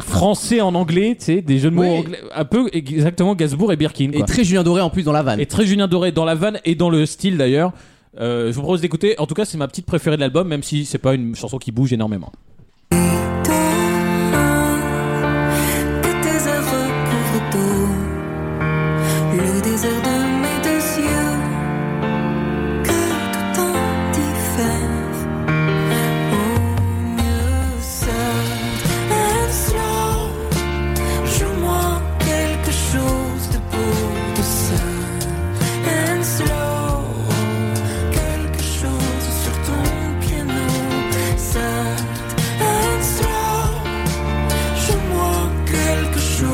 Speaker 6: français en anglais, tu sais, des jeux de mots
Speaker 2: Oui.
Speaker 6: anglais, un peu exactement Gasbourg et Birkin.
Speaker 2: Et
Speaker 6: Quoi.
Speaker 2: très Julien Doré en plus dans la vanne.
Speaker 6: Et très Julien Doré dans la vanne et dans le style d'ailleurs. Euh, je vous propose d'écouter. En tout cas, c'est ma petite préférée de l'album, même si c'est pas une chanson qui bouge énormément.
Speaker 8: de tes œuvres pauvres d'eau, le désert de mes deux yeux, que tout en diffère, au mieux seul. Un slow, joue-moi quelque chose de beau, de seul. Un slow, quelque chose sur ton piano, seul. Un slow. Joue-moi quelque chose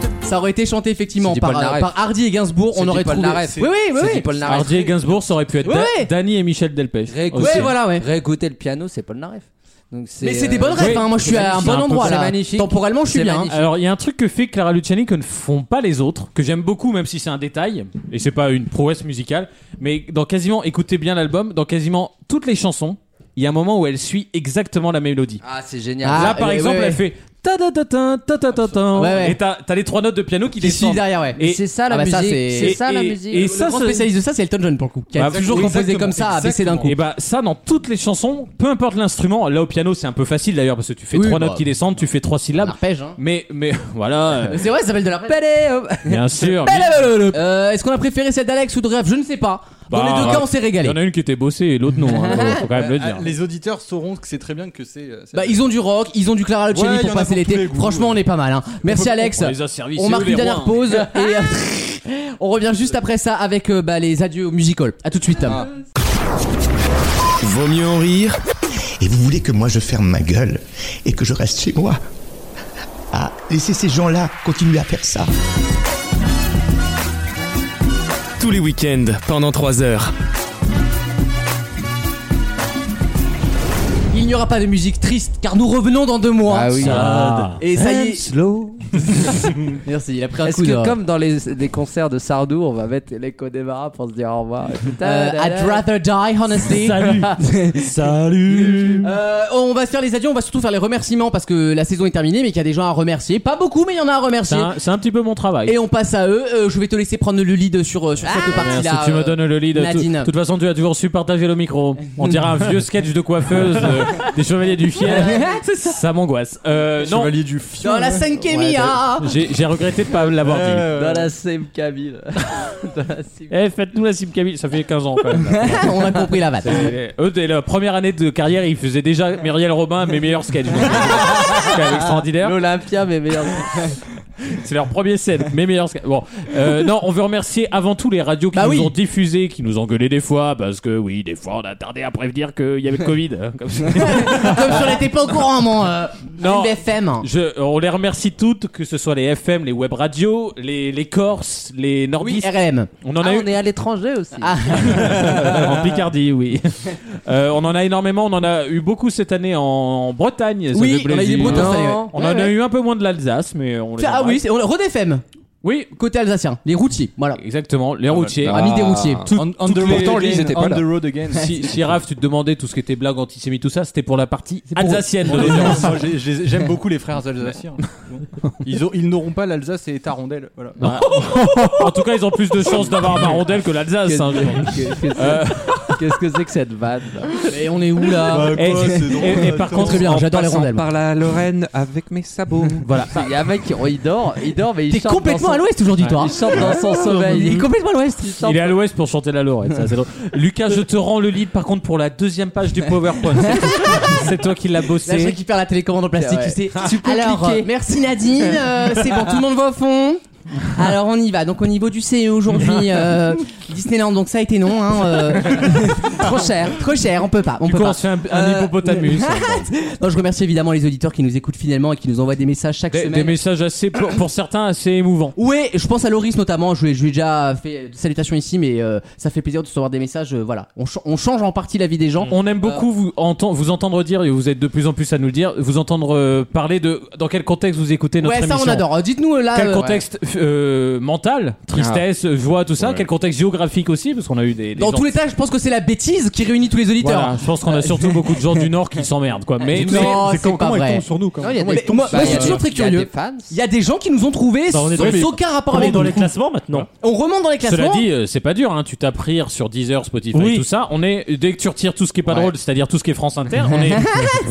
Speaker 8: de
Speaker 2: Ça aurait été chanté effectivement
Speaker 9: C'est du
Speaker 2: par,
Speaker 9: Paul Naref.
Speaker 2: euh, par Hardy et Gainsbourg,
Speaker 9: C'est
Speaker 2: on
Speaker 9: du
Speaker 2: aurait
Speaker 9: Paul
Speaker 2: trouvé.
Speaker 9: Naref.
Speaker 2: Oui, oui, oui,
Speaker 9: Ah, bah, C'est
Speaker 2: oui.
Speaker 9: du Paul Naref.
Speaker 6: Hardy et Gainsbourg, ça aurait pu être
Speaker 2: Ouais,
Speaker 6: Da-
Speaker 2: ouais.
Speaker 6: Danny et Michel Delpech.
Speaker 9: Réécoute-
Speaker 6: aussi.
Speaker 2: Ouais, voilà, ouais.
Speaker 9: Réécouter le piano, c'est Paul Naref. Donc
Speaker 2: Mais c'est des
Speaker 9: euh,
Speaker 2: bonnes
Speaker 6: oui,
Speaker 2: rêves, hein. moi je suis
Speaker 6: c'est
Speaker 2: à un
Speaker 6: magnifique.
Speaker 2: bon
Speaker 6: C'est un peu-
Speaker 2: endroit
Speaker 9: c'est
Speaker 2: là.
Speaker 9: magnifique.
Speaker 2: Temporellement, je suis
Speaker 9: C'est
Speaker 2: bien. hein.
Speaker 9: magnifique.
Speaker 6: Alors, il y a un truc que fait Clara Luciani que ne font pas les autres, que j'aime beaucoup, même si c'est un détail, et c'est pas une prouesse musicale, mais dans quasiment, écoutez bien l'album, dans quasiment toutes les chansons, il y a un moment où elle suit exactement la mélodie.
Speaker 9: Ah, c'est génial.
Speaker 2: Ah,
Speaker 6: Là, par
Speaker 2: ouais,
Speaker 6: exemple,
Speaker 2: ouais, ouais.
Speaker 6: elle fait ta ta ta ta ta ta ta ta
Speaker 2: Ouais, ouais.
Speaker 6: et t'as t'as les trois notes de piano qui
Speaker 2: Qui suit
Speaker 6: descendent.
Speaker 2: derrière, ouais.
Speaker 6: Et-
Speaker 9: c'est ça la
Speaker 2: Ah bah
Speaker 9: musique.
Speaker 2: ça,
Speaker 9: c'est
Speaker 2: c'est-
Speaker 9: ça la
Speaker 6: et-
Speaker 9: musique.
Speaker 6: et
Speaker 2: Et ça,
Speaker 6: ça,
Speaker 2: le grand
Speaker 6: c'est-
Speaker 2: spécialiste de ça, c'est Elton John pour le coup, qui a
Speaker 6: Bah,
Speaker 2: toujours composé comme ça, à baisser d'un coup.
Speaker 6: Et bah ça dans toutes les chansons, peu importe l'instrument. Là au piano c'est un peu facile d'ailleurs parce que tu fais
Speaker 2: Oui,
Speaker 6: trois
Speaker 2: bah,
Speaker 6: notes qui descendent, tu fais trois syllabes.
Speaker 2: Arpège, hein.
Speaker 6: Mais mais voilà, euh,
Speaker 2: C'est vrai, ça s'appelle de la
Speaker 6: bien sûr.
Speaker 2: Euh, Est-ce qu'on a préféré celle d'Alex ou de Rêve Je ne sais pas. Dans
Speaker 6: Bah,
Speaker 2: les deux cas, on s'est
Speaker 6: Il y
Speaker 2: régalé.
Speaker 6: en a une qui était bossée et l'autre non. hein, faut quand même le
Speaker 12: Euh,
Speaker 6: dire.
Speaker 12: Les auditeurs sauront que c'est très bien que c'est. euh, c'est-
Speaker 2: Bah, ils ont du rock, ils ont du Clara Luciani
Speaker 12: Ouais, il y
Speaker 2: pour
Speaker 12: en a
Speaker 2: passer
Speaker 12: pour tous
Speaker 2: l'été.
Speaker 12: les goûts,
Speaker 2: Franchement,
Speaker 12: ouais.
Speaker 2: on est pas mal. Hein. Merci Alex.
Speaker 6: On les a servis.
Speaker 2: On
Speaker 6: c'est
Speaker 2: marque
Speaker 6: eux, les
Speaker 2: une dernière
Speaker 6: rois, hein.
Speaker 2: pause et euh, on revient juste après ça avec euh, bah, les adieux au musical. À tout de suite.
Speaker 1: Vaut mieux en rire
Speaker 15: Et vous voulez que moi je ferme ma gueule et que je reste chez moi Ah, laissez ces gens-là continuer à faire ça.
Speaker 1: tous les week-ends pendant 3 heures.
Speaker 2: Il n'y aura pas de musique triste car nous revenons dans deux mois.
Speaker 9: Ah oui.
Speaker 2: Ah. Et ça y est.
Speaker 10: Slow.
Speaker 2: Merci, il a pris un
Speaker 9: Est-ce
Speaker 2: coup
Speaker 9: que
Speaker 2: de-
Speaker 9: comme dans les, les concerts de Sardou, on va mettre l'écho des maras pour se dire au revoir et putain,
Speaker 2: Euh,
Speaker 9: da, da, da.
Speaker 2: I'd rather die, honestly.
Speaker 10: Salut. Salut.
Speaker 2: Euh, on va se faire les adieux, on va surtout faire les remerciements parce que la saison est terminée, mais qu'il y a des gens à remercier. Pas beaucoup, mais il y en a à
Speaker 6: C'est
Speaker 2: remercier.
Speaker 6: un, c'est un petit peu mon travail.
Speaker 2: Et on passe à eux. Euh, je vais te laisser prendre le lead sur, euh, sur cette
Speaker 6: Merci,
Speaker 2: partie-là.
Speaker 6: tu
Speaker 2: euh,
Speaker 6: me donnes le lead.
Speaker 2: Nadine.
Speaker 6: De toute façon, tu as toujours su partager le micro. On dirait un vieux sketch de coiffeuse euh, des Chevaliers du Fiel. ça. m'angoisse. Euh, non,
Speaker 12: Chevalier du fion.
Speaker 2: Dans la Senkemia
Speaker 6: j'ai j'ai regretté de pas
Speaker 2: Euh,
Speaker 6: l'avoir dit.
Speaker 9: Dans la same cabine. Dans la same-
Speaker 6: Eh, faites-nous la Sim Camille. Ça fait 15 ans quand même. là.
Speaker 2: On a compris la vanne.
Speaker 6: Et, euh, Eux, dès la première année de carrière, ils faisaient déjà Muriel Robin, mes meilleurs sketchs. Donc, C'est quand même extraordinaire.
Speaker 9: L'Olympia, mes meilleurs.
Speaker 6: C'est leur premier scène, mes meilleurs. sc- Bon, Euh, non, on veut remercier avant tout les radios qui
Speaker 11: Bah
Speaker 6: nous
Speaker 11: oui.
Speaker 6: ont diffusé, qui nous ont gueulé des fois, parce que oui, des fois on a tardé à prévenir qu'il y avait le Covid. hein, comme ça.
Speaker 2: Comme si on n'était pas au courant, mon. Euh,
Speaker 6: Non.
Speaker 2: LBFM.
Speaker 6: Je- on les remercie toutes, que ce soit les FM, les web radios, les, les Corses, les Nordistes.
Speaker 2: RLM.
Speaker 6: On en a eu
Speaker 16: Ah,
Speaker 6: euh,
Speaker 16: on est à l'étranger aussi.
Speaker 2: Ah,
Speaker 6: en Picardie, oui. Euh, on en a énormément. On en a eu beaucoup cette année en, en Bretagne. ça
Speaker 2: Oui,
Speaker 6: fait
Speaker 2: on a eu
Speaker 6: plaisir.
Speaker 2: des Bretons cette année, ouais.
Speaker 6: On
Speaker 2: Ouais,
Speaker 6: en a
Speaker 2: ouais.
Speaker 6: eu un peu moins de l'Alsace, mais on les
Speaker 2: Ah
Speaker 6: embrasse.
Speaker 2: oui, c'est- on Rodefm.
Speaker 6: Oui.
Speaker 2: Côté alsacien, les routiers, voilà.
Speaker 6: Exactement, les routiers.
Speaker 2: Amis
Speaker 7: Ah.
Speaker 2: des routiers.
Speaker 6: Ah, bah, Tout- toutes les-
Speaker 12: on the road again.
Speaker 6: Si, si Raph, tu te demandais tout ce qui était blague antisémite, tout ça, c'était pour la partie
Speaker 12: C'est pour-
Speaker 6: alsacienne de
Speaker 12: Moi,
Speaker 6: l'audience.
Speaker 12: j'ai- j'ai- J'aime beaucoup les frères alsaciens. Ils, ont- ils n'auront pas l'Alsace et Tarondelle. Voilà.
Speaker 6: Voilà. en tout cas, ils ont plus de chances d'avoir un marondelle que l'Alsace. hein, je pense. Euh,
Speaker 16: Qu'est-ce que c'est que cette vanne
Speaker 2: Mais on est où
Speaker 5: Ah,
Speaker 2: là
Speaker 6: Bah, quoi, c'est drôle, attends.
Speaker 16: Très bien,
Speaker 7: en
Speaker 16: j'adore les
Speaker 7: passant
Speaker 16: rondelles, moi.
Speaker 7: Par la Lorraine avec mes sabots.
Speaker 2: voilà.
Speaker 16: Il y a un mec, il dort, il dort, mais il
Speaker 2: T'es
Speaker 16: chante dans
Speaker 2: complètement
Speaker 16: son-
Speaker 2: à l'ouest aujourd'hui, toi. hein.
Speaker 16: Il chante dans son sommeil.
Speaker 2: Il est complètement à l'ouest.
Speaker 6: Il est à l'ouest pour chanter la Lorette. ça, c'est drôle. Lucas, je te rends le lead par contre pour la deuxième page du PowerPoint. C'est- C'est toi qui l'as
Speaker 2: Là, je
Speaker 6: bossé.
Speaker 2: récupère la télécommande en plastique,
Speaker 6: Ouais.
Speaker 2: tu sais.
Speaker 6: Tu peux
Speaker 2: Ah Alors,
Speaker 6: cliquer.
Speaker 2: euh, merci Nadine. euh, c'est bon, tout le monde va au fond. Alors, on y va. Donc, au niveau du CE aujourd'hui, euh, Disneyland, donc ça a été non. hein, euh, trop cher, trop cher, on peut pas. On
Speaker 6: Du
Speaker 2: peut
Speaker 6: coup,
Speaker 2: pas.
Speaker 6: on Euh, se fait un- un hippopotamus.
Speaker 2: non, je remercie évidemment les auditeurs qui nous écoutent finalement et qui nous envoient des messages chaque
Speaker 6: Des,
Speaker 2: semaine.
Speaker 6: des messages assez, pour, pour certains, assez émouvants.
Speaker 2: Ouais, je pense à Loris notamment. Je lui ai, je lui ai déjà fait des salutations ici, mais euh, ça fait plaisir de recevoir des messages. euh, voilà, on, cha- on change en partie la vie des gens.
Speaker 6: On aime beaucoup vous, enten- vous entendre dire, et vous êtes de plus en plus à nous le dire, vous entendre euh, parler de dans quel contexte vous écoutez notre
Speaker 2: ouais, ça
Speaker 6: émission.
Speaker 2: on adore. Euh, Dites-nous euh, là.
Speaker 6: Quel
Speaker 2: euh,
Speaker 6: contexte euh, mental, tristesse, joie, tout ça Quel contexte géographique aussi Parce qu'on a eu des. des
Speaker 2: Dans
Speaker 6: gens-
Speaker 2: tous les cas, je pense que c'est la bêtise qui réunit tous les auditeurs.
Speaker 6: Voilà, je pense qu'on a surtout beaucoup de gens du Nord qui s'emmerdent, quoi. Mais,
Speaker 2: Non, c'est
Speaker 6: comme
Speaker 2: pas vrai. Non, il y a des- Moi, moi, je suis toujours très curieux. Il y a des gens qui nous ont trouvés
Speaker 6: Bah, on est dans les-
Speaker 2: sans aucun rapport
Speaker 6: on est
Speaker 2: avec
Speaker 6: dans
Speaker 2: nous.
Speaker 6: les classements, maintenant.
Speaker 2: On remonte dans les
Speaker 6: Cela
Speaker 2: classements.
Speaker 6: dit, euh, c'est pas dur, hein. tu tapes rire sur Deezer, Spotify,
Speaker 2: Oui.
Speaker 6: tout ça. On est, dès que tu retires tout ce qui est pas drôle, c'est-à-dire tout ce qui est France Inter, on est,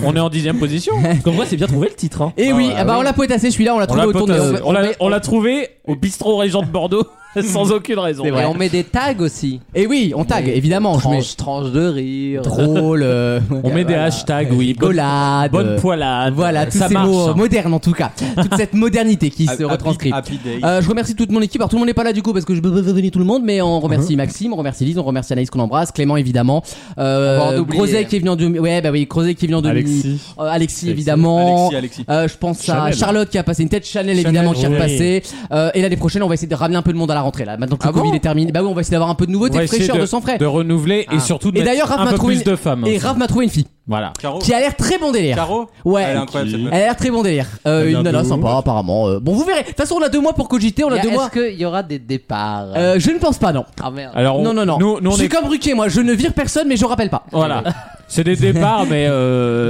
Speaker 6: on est en dixième position.
Speaker 10: Comme quoi, c'est bien trouvé le titre. Hein.
Speaker 2: Et oui, ah bah, on l'a potassé celui-là, on l'a
Speaker 6: On
Speaker 2: trouvé
Speaker 6: l'a
Speaker 2: autour de.
Speaker 6: potassé. On l'a- on l'a trouvé au bistrot Régent de Bordeaux sans aucune raison.
Speaker 16: Et on met des tags aussi.
Speaker 2: Et oui, on tag, évidemment.
Speaker 16: Tranche,
Speaker 2: mets-
Speaker 16: tranche de rire.
Speaker 2: Drôle. euh,
Speaker 6: On met des hashtags, oui.
Speaker 2: Golade.
Speaker 6: Bonne poilade.
Speaker 2: Voilà, tous
Speaker 6: ça
Speaker 2: ces
Speaker 6: marche.
Speaker 2: mots euh,
Speaker 6: hein.
Speaker 2: modernes en tout cas. Toute cette modernité qui se
Speaker 6: Happy-
Speaker 2: retranscrit.
Speaker 6: happy day.
Speaker 2: Euh, je remercie toute mon équipe. Alors tout le monde n'est pas là du coup parce que je veux venir tout le monde, mais on
Speaker 6: Uh-huh.
Speaker 2: remercie Maxime, on remercie Lise, on remercie Anaïs qu'on embrasse, Clément évidemment,
Speaker 9: On va en
Speaker 2: euh,
Speaker 9: oublier.
Speaker 2: Grosey qui est venu en demi. Ouais, bah oui, Grosey qui est venu en demi.
Speaker 9: Alexis.
Speaker 2: Euh, Alexis évidemment.
Speaker 9: Alexis, Alexis.
Speaker 2: Euh, je pense à
Speaker 9: Chanel.
Speaker 2: Charlotte qui a passé une tête, Chanel
Speaker 9: Chanel,
Speaker 2: évidemment qui est
Speaker 9: oui.
Speaker 2: repassée. Euh, et l'année prochaine, on va essayer de ramener un peu de monde à la rentrée là. Maintenant que le Covid est terminé, bah oui, on va essayer d'avoir un peu de nouveauté,
Speaker 6: Ah On va
Speaker 2: de
Speaker 6: essayer
Speaker 2: fraîcheur, de, sang frais.
Speaker 6: De renouveler et surtout de
Speaker 2: Et
Speaker 6: mettre
Speaker 2: d'ailleurs, Raph
Speaker 6: un
Speaker 2: m'a
Speaker 6: peu
Speaker 2: trouvé
Speaker 6: plus
Speaker 2: une-
Speaker 6: de femmes.
Speaker 2: Et
Speaker 6: aussi.
Speaker 2: Raph m'a trouvé une fille.
Speaker 6: Voilà.
Speaker 2: Qui a l'air très bon délire.
Speaker 6: Caro
Speaker 2: Ouais.
Speaker 6: Elle est incroyable, cette meuf.
Speaker 2: Elle a l'air très bon délire. Euh,
Speaker 6: Elle vient
Speaker 2: une
Speaker 6: de
Speaker 2: nana
Speaker 6: où
Speaker 2: sympa apparemment. Euh, bon, vous verrez. De toute façon, on a deux mois pour cogiter. On a deux mois.
Speaker 16: Est-ce qu'il y aura des départs
Speaker 2: Euh, je ne pense pas, non.
Speaker 16: Ah merde.
Speaker 6: Alors, on-
Speaker 2: non, non, non.
Speaker 6: nous- nous, on
Speaker 2: je suis
Speaker 6: est-
Speaker 2: comme Ruquier, moi. Je ne vire personne, mais je rappelle pas.
Speaker 6: Voilà. C'est des départs, mais euh,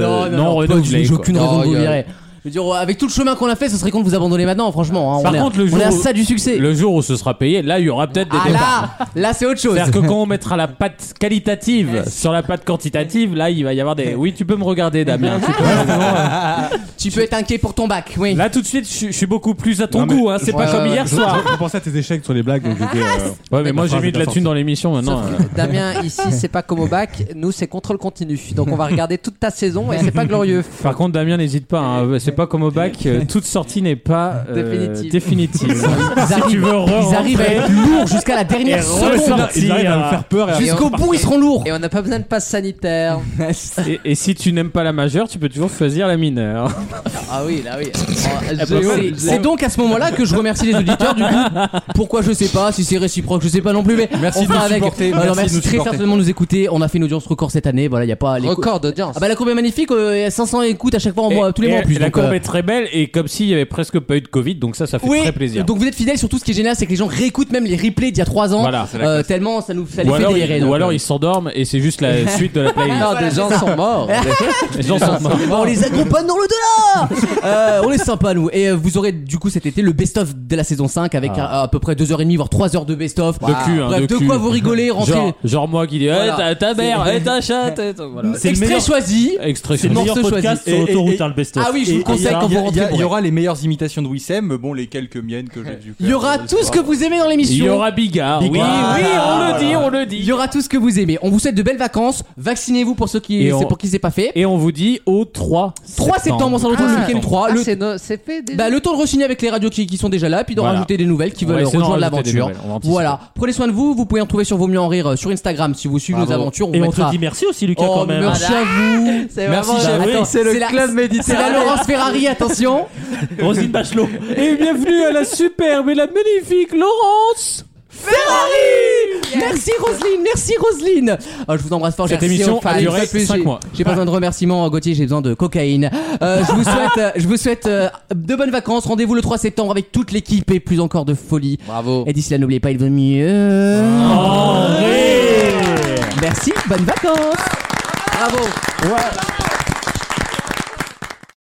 Speaker 2: Non, non, non, pas
Speaker 6: renouvelés,
Speaker 2: du tout, j'ai
Speaker 6: quoi.
Speaker 2: aucune raison de vous virer. Je veux dire, avec tout le chemin qu'on a fait, ce serait con de vous abandonner maintenant, franchement. hein.
Speaker 6: Par
Speaker 2: on est à-
Speaker 6: contre, le jour,
Speaker 2: on est à
Speaker 6: où-
Speaker 2: ça du succès.
Speaker 6: le jour où ce sera payé, là, il y aura peut-être des
Speaker 2: Ah
Speaker 6: départs.
Speaker 2: là, là c'est autre chose.
Speaker 6: C'est-à-dire que quand on mettra la patte qualitative sur la patte quantitative, là, il va y avoir des. Oui, tu peux me regarder, Damien. tu peux-
Speaker 2: tu peux être inquiet pour ton bac, Ah, oui.
Speaker 6: Là, tout de suite, je je suis beaucoup plus à ton
Speaker 5: Non, mais-
Speaker 6: goût. hein, C'est
Speaker 5: Ouais,
Speaker 6: pas comme
Speaker 5: ouais,
Speaker 6: hier
Speaker 5: je-
Speaker 6: soir.
Speaker 5: Je, je pensais à tes échecs sur les blagues. Donc j'étais, euh,
Speaker 6: Ouais, mais moi, j'ai
Speaker 5: phrase
Speaker 6: mis de la
Speaker 5: sortie.
Speaker 6: thune dans l'émission maintenant. euh.
Speaker 16: Damien, ici, c'est pas comme au bac. Nous, c'est contrôle continu. Donc, on va regarder toute ta saison et c'est pas glorieux.
Speaker 6: Par contre, Damien, n'hésite pas. hein, C'est pas comme au bac. euh, toute sortie n'est pas euh,
Speaker 16: Définitive.
Speaker 6: définitive.
Speaker 2: Ils
Speaker 6: si
Speaker 2: arrivent,
Speaker 6: tu veux
Speaker 2: ils arrivent à être lourds jusqu'à la dernière
Speaker 6: Et
Speaker 2: seconde.
Speaker 6: ressortir. Ils arrivent à me faire peur et à
Speaker 2: Jusqu'au
Speaker 6: repartir.
Speaker 2: bout, ils seront lourds.
Speaker 16: Et on n'a pas besoin de passe sanitaire.
Speaker 6: Et, et si tu n'aimes pas la majeure, tu peux toujours choisir la mineure.
Speaker 16: Ah oui, là oui.
Speaker 2: Ah, C'est- C'est donc à ce moment-là que je remercie les auditeurs du coup. Pourquoi je sais pas, si c'est réciproque, je sais pas non plus. Mais
Speaker 9: Merci
Speaker 2: on
Speaker 9: de
Speaker 2: fera
Speaker 9: nous
Speaker 2: avec.
Speaker 9: supporter,
Speaker 2: Alors,
Speaker 9: merci de nous
Speaker 2: très
Speaker 9: supporter.
Speaker 2: certainement de nous écouter. On a fait une audience record cette année. Voilà, y a pas les
Speaker 16: Record d'audience.
Speaker 2: Ah bah la courbe est magnifique. euh, y a 500 écoutes à chaque fois en mois, Oh, tous les
Speaker 6: Et-
Speaker 2: mois en plus.
Speaker 6: et la
Speaker 2: donc,
Speaker 6: courbe
Speaker 2: euh,
Speaker 6: est très belle et comme s'il y avait presque pas eu de Covid, donc ça, ça fait
Speaker 2: oui,
Speaker 6: très plaisir.
Speaker 2: donc vous êtes fidèles, surtout ce qui est génial, c'est que les gens réécoutent même les replays d'il y a 3 ans,
Speaker 6: Voilà, c'est la
Speaker 2: euh,
Speaker 6: classe.
Speaker 2: tellement ça nous ça les
Speaker 6: ou
Speaker 2: fait
Speaker 6: alors,
Speaker 2: délirer.
Speaker 6: ils,
Speaker 2: donc,
Speaker 6: ou alors
Speaker 2: euh,
Speaker 6: ils s'endorment et c'est juste la suite de la playlist.
Speaker 16: Non, des gens sont morts.
Speaker 6: Les gens sont morts.
Speaker 2: On les accompagne dans le dollar Euh, On est sympa nous Et euh, vous aurez du coup cet été le best-of de la saison 5 Avec
Speaker 6: Ah.
Speaker 2: à, à peu près 2h30 voire 3h de best-of
Speaker 6: De cul, hein,
Speaker 2: Bref,
Speaker 6: de
Speaker 2: de,
Speaker 6: cul.
Speaker 2: quoi vous rigolez rentrez...
Speaker 6: Genre, genre moi qui dis, Eh,
Speaker 2: Voilà.
Speaker 6: ta, ta mère,
Speaker 2: C'est-
Speaker 6: eh, ta chatte. eh, ta- Voilà.
Speaker 2: Extrait choisi
Speaker 6: Extrait
Speaker 10: C'est le
Speaker 6: choisi.
Speaker 10: meilleur
Speaker 2: Morceau
Speaker 10: podcast
Speaker 2: choisi.
Speaker 10: sur
Speaker 2: Et- et-
Speaker 10: l'autoroute,
Speaker 2: et-
Speaker 10: hein, le best-of.
Speaker 2: Ah oui, je vous
Speaker 10: Et-
Speaker 2: le conseille quand vous rentrez
Speaker 12: Il y
Speaker 2: bourré.
Speaker 12: aura les meilleures imitations de Wissem, bon, les quelques miennes que j'ai dû faire.
Speaker 2: Il y aura tout ce que vous aimez dans l'émission.
Speaker 12: Il y aura Bigard,
Speaker 2: Bigard.
Speaker 12: oui, oui,
Speaker 2: Ah,
Speaker 6: on le dit, on le dit.
Speaker 2: Il y aura tout ce que vous aimez. On vous souhaite de belles vacances. Vaccinez-vous pour ceux qui
Speaker 6: Et on-
Speaker 2: c'est pour qui c'est pas fait.
Speaker 6: Et on vous dit au 3
Speaker 2: 3 septembre, on s'en retrouve
Speaker 6: Ah,
Speaker 2: le week-end 3.
Speaker 6: ah,
Speaker 2: le...
Speaker 6: c'est
Speaker 16: c'est fait
Speaker 2: Bah, le temps de re-signer avec les radios qui, qui sont déjà là, puis d'en
Speaker 6: Voilà.
Speaker 2: rajouter des nouvelles qui
Speaker 6: On va
Speaker 2: veulent
Speaker 6: essayer d'en
Speaker 2: rejoindre
Speaker 6: rajouter des
Speaker 2: l'aventure.
Speaker 6: nouvelles, on va anticiper.
Speaker 2: Voilà. Prenez soin de vous. Vous pouvez en trouver sur Vaut mieux en rire euh, sur Instagram si vous suivez
Speaker 10: Bravo.
Speaker 2: nos aventures.
Speaker 10: Et on
Speaker 2: mettra-
Speaker 10: te dit merci aussi, Lucas,
Speaker 2: Oh,
Speaker 10: quand même.
Speaker 2: Merci à vous.
Speaker 10: C'est
Speaker 2: Merci,
Speaker 10: vraiment-
Speaker 2: Jeff.
Speaker 10: Bah oui,
Speaker 2: Attends,
Speaker 10: c'est le
Speaker 2: la-
Speaker 10: club
Speaker 2: C'est
Speaker 10: méditerranéen.
Speaker 2: la Laurence Ferrari, attention.
Speaker 10: Rosine Bachelot.
Speaker 6: Et bienvenue à la superbe et la magnifique Laurence
Speaker 2: Ferrari Merci Roselyne, merci Roselyne Euh, Je vous embrasse fort,
Speaker 6: Cette
Speaker 2: merci
Speaker 6: émission
Speaker 2: aux fans.
Speaker 6: a duré
Speaker 2: Pas plus,
Speaker 6: cinq
Speaker 2: j'ai-
Speaker 6: mois.
Speaker 2: J'ai pas besoin de remerciements, euh, Gauthier, j'ai besoin de cocaïne. Euh, je vous souhaite, euh, je vous souhaite euh, de bonnes vacances, rendez-vous le 3 septembre avec toute l'équipe et plus encore de folie. Bravo Et d'ici là, n'oubliez pas, il vaut mieux... Merci, bonnes vacances Bravo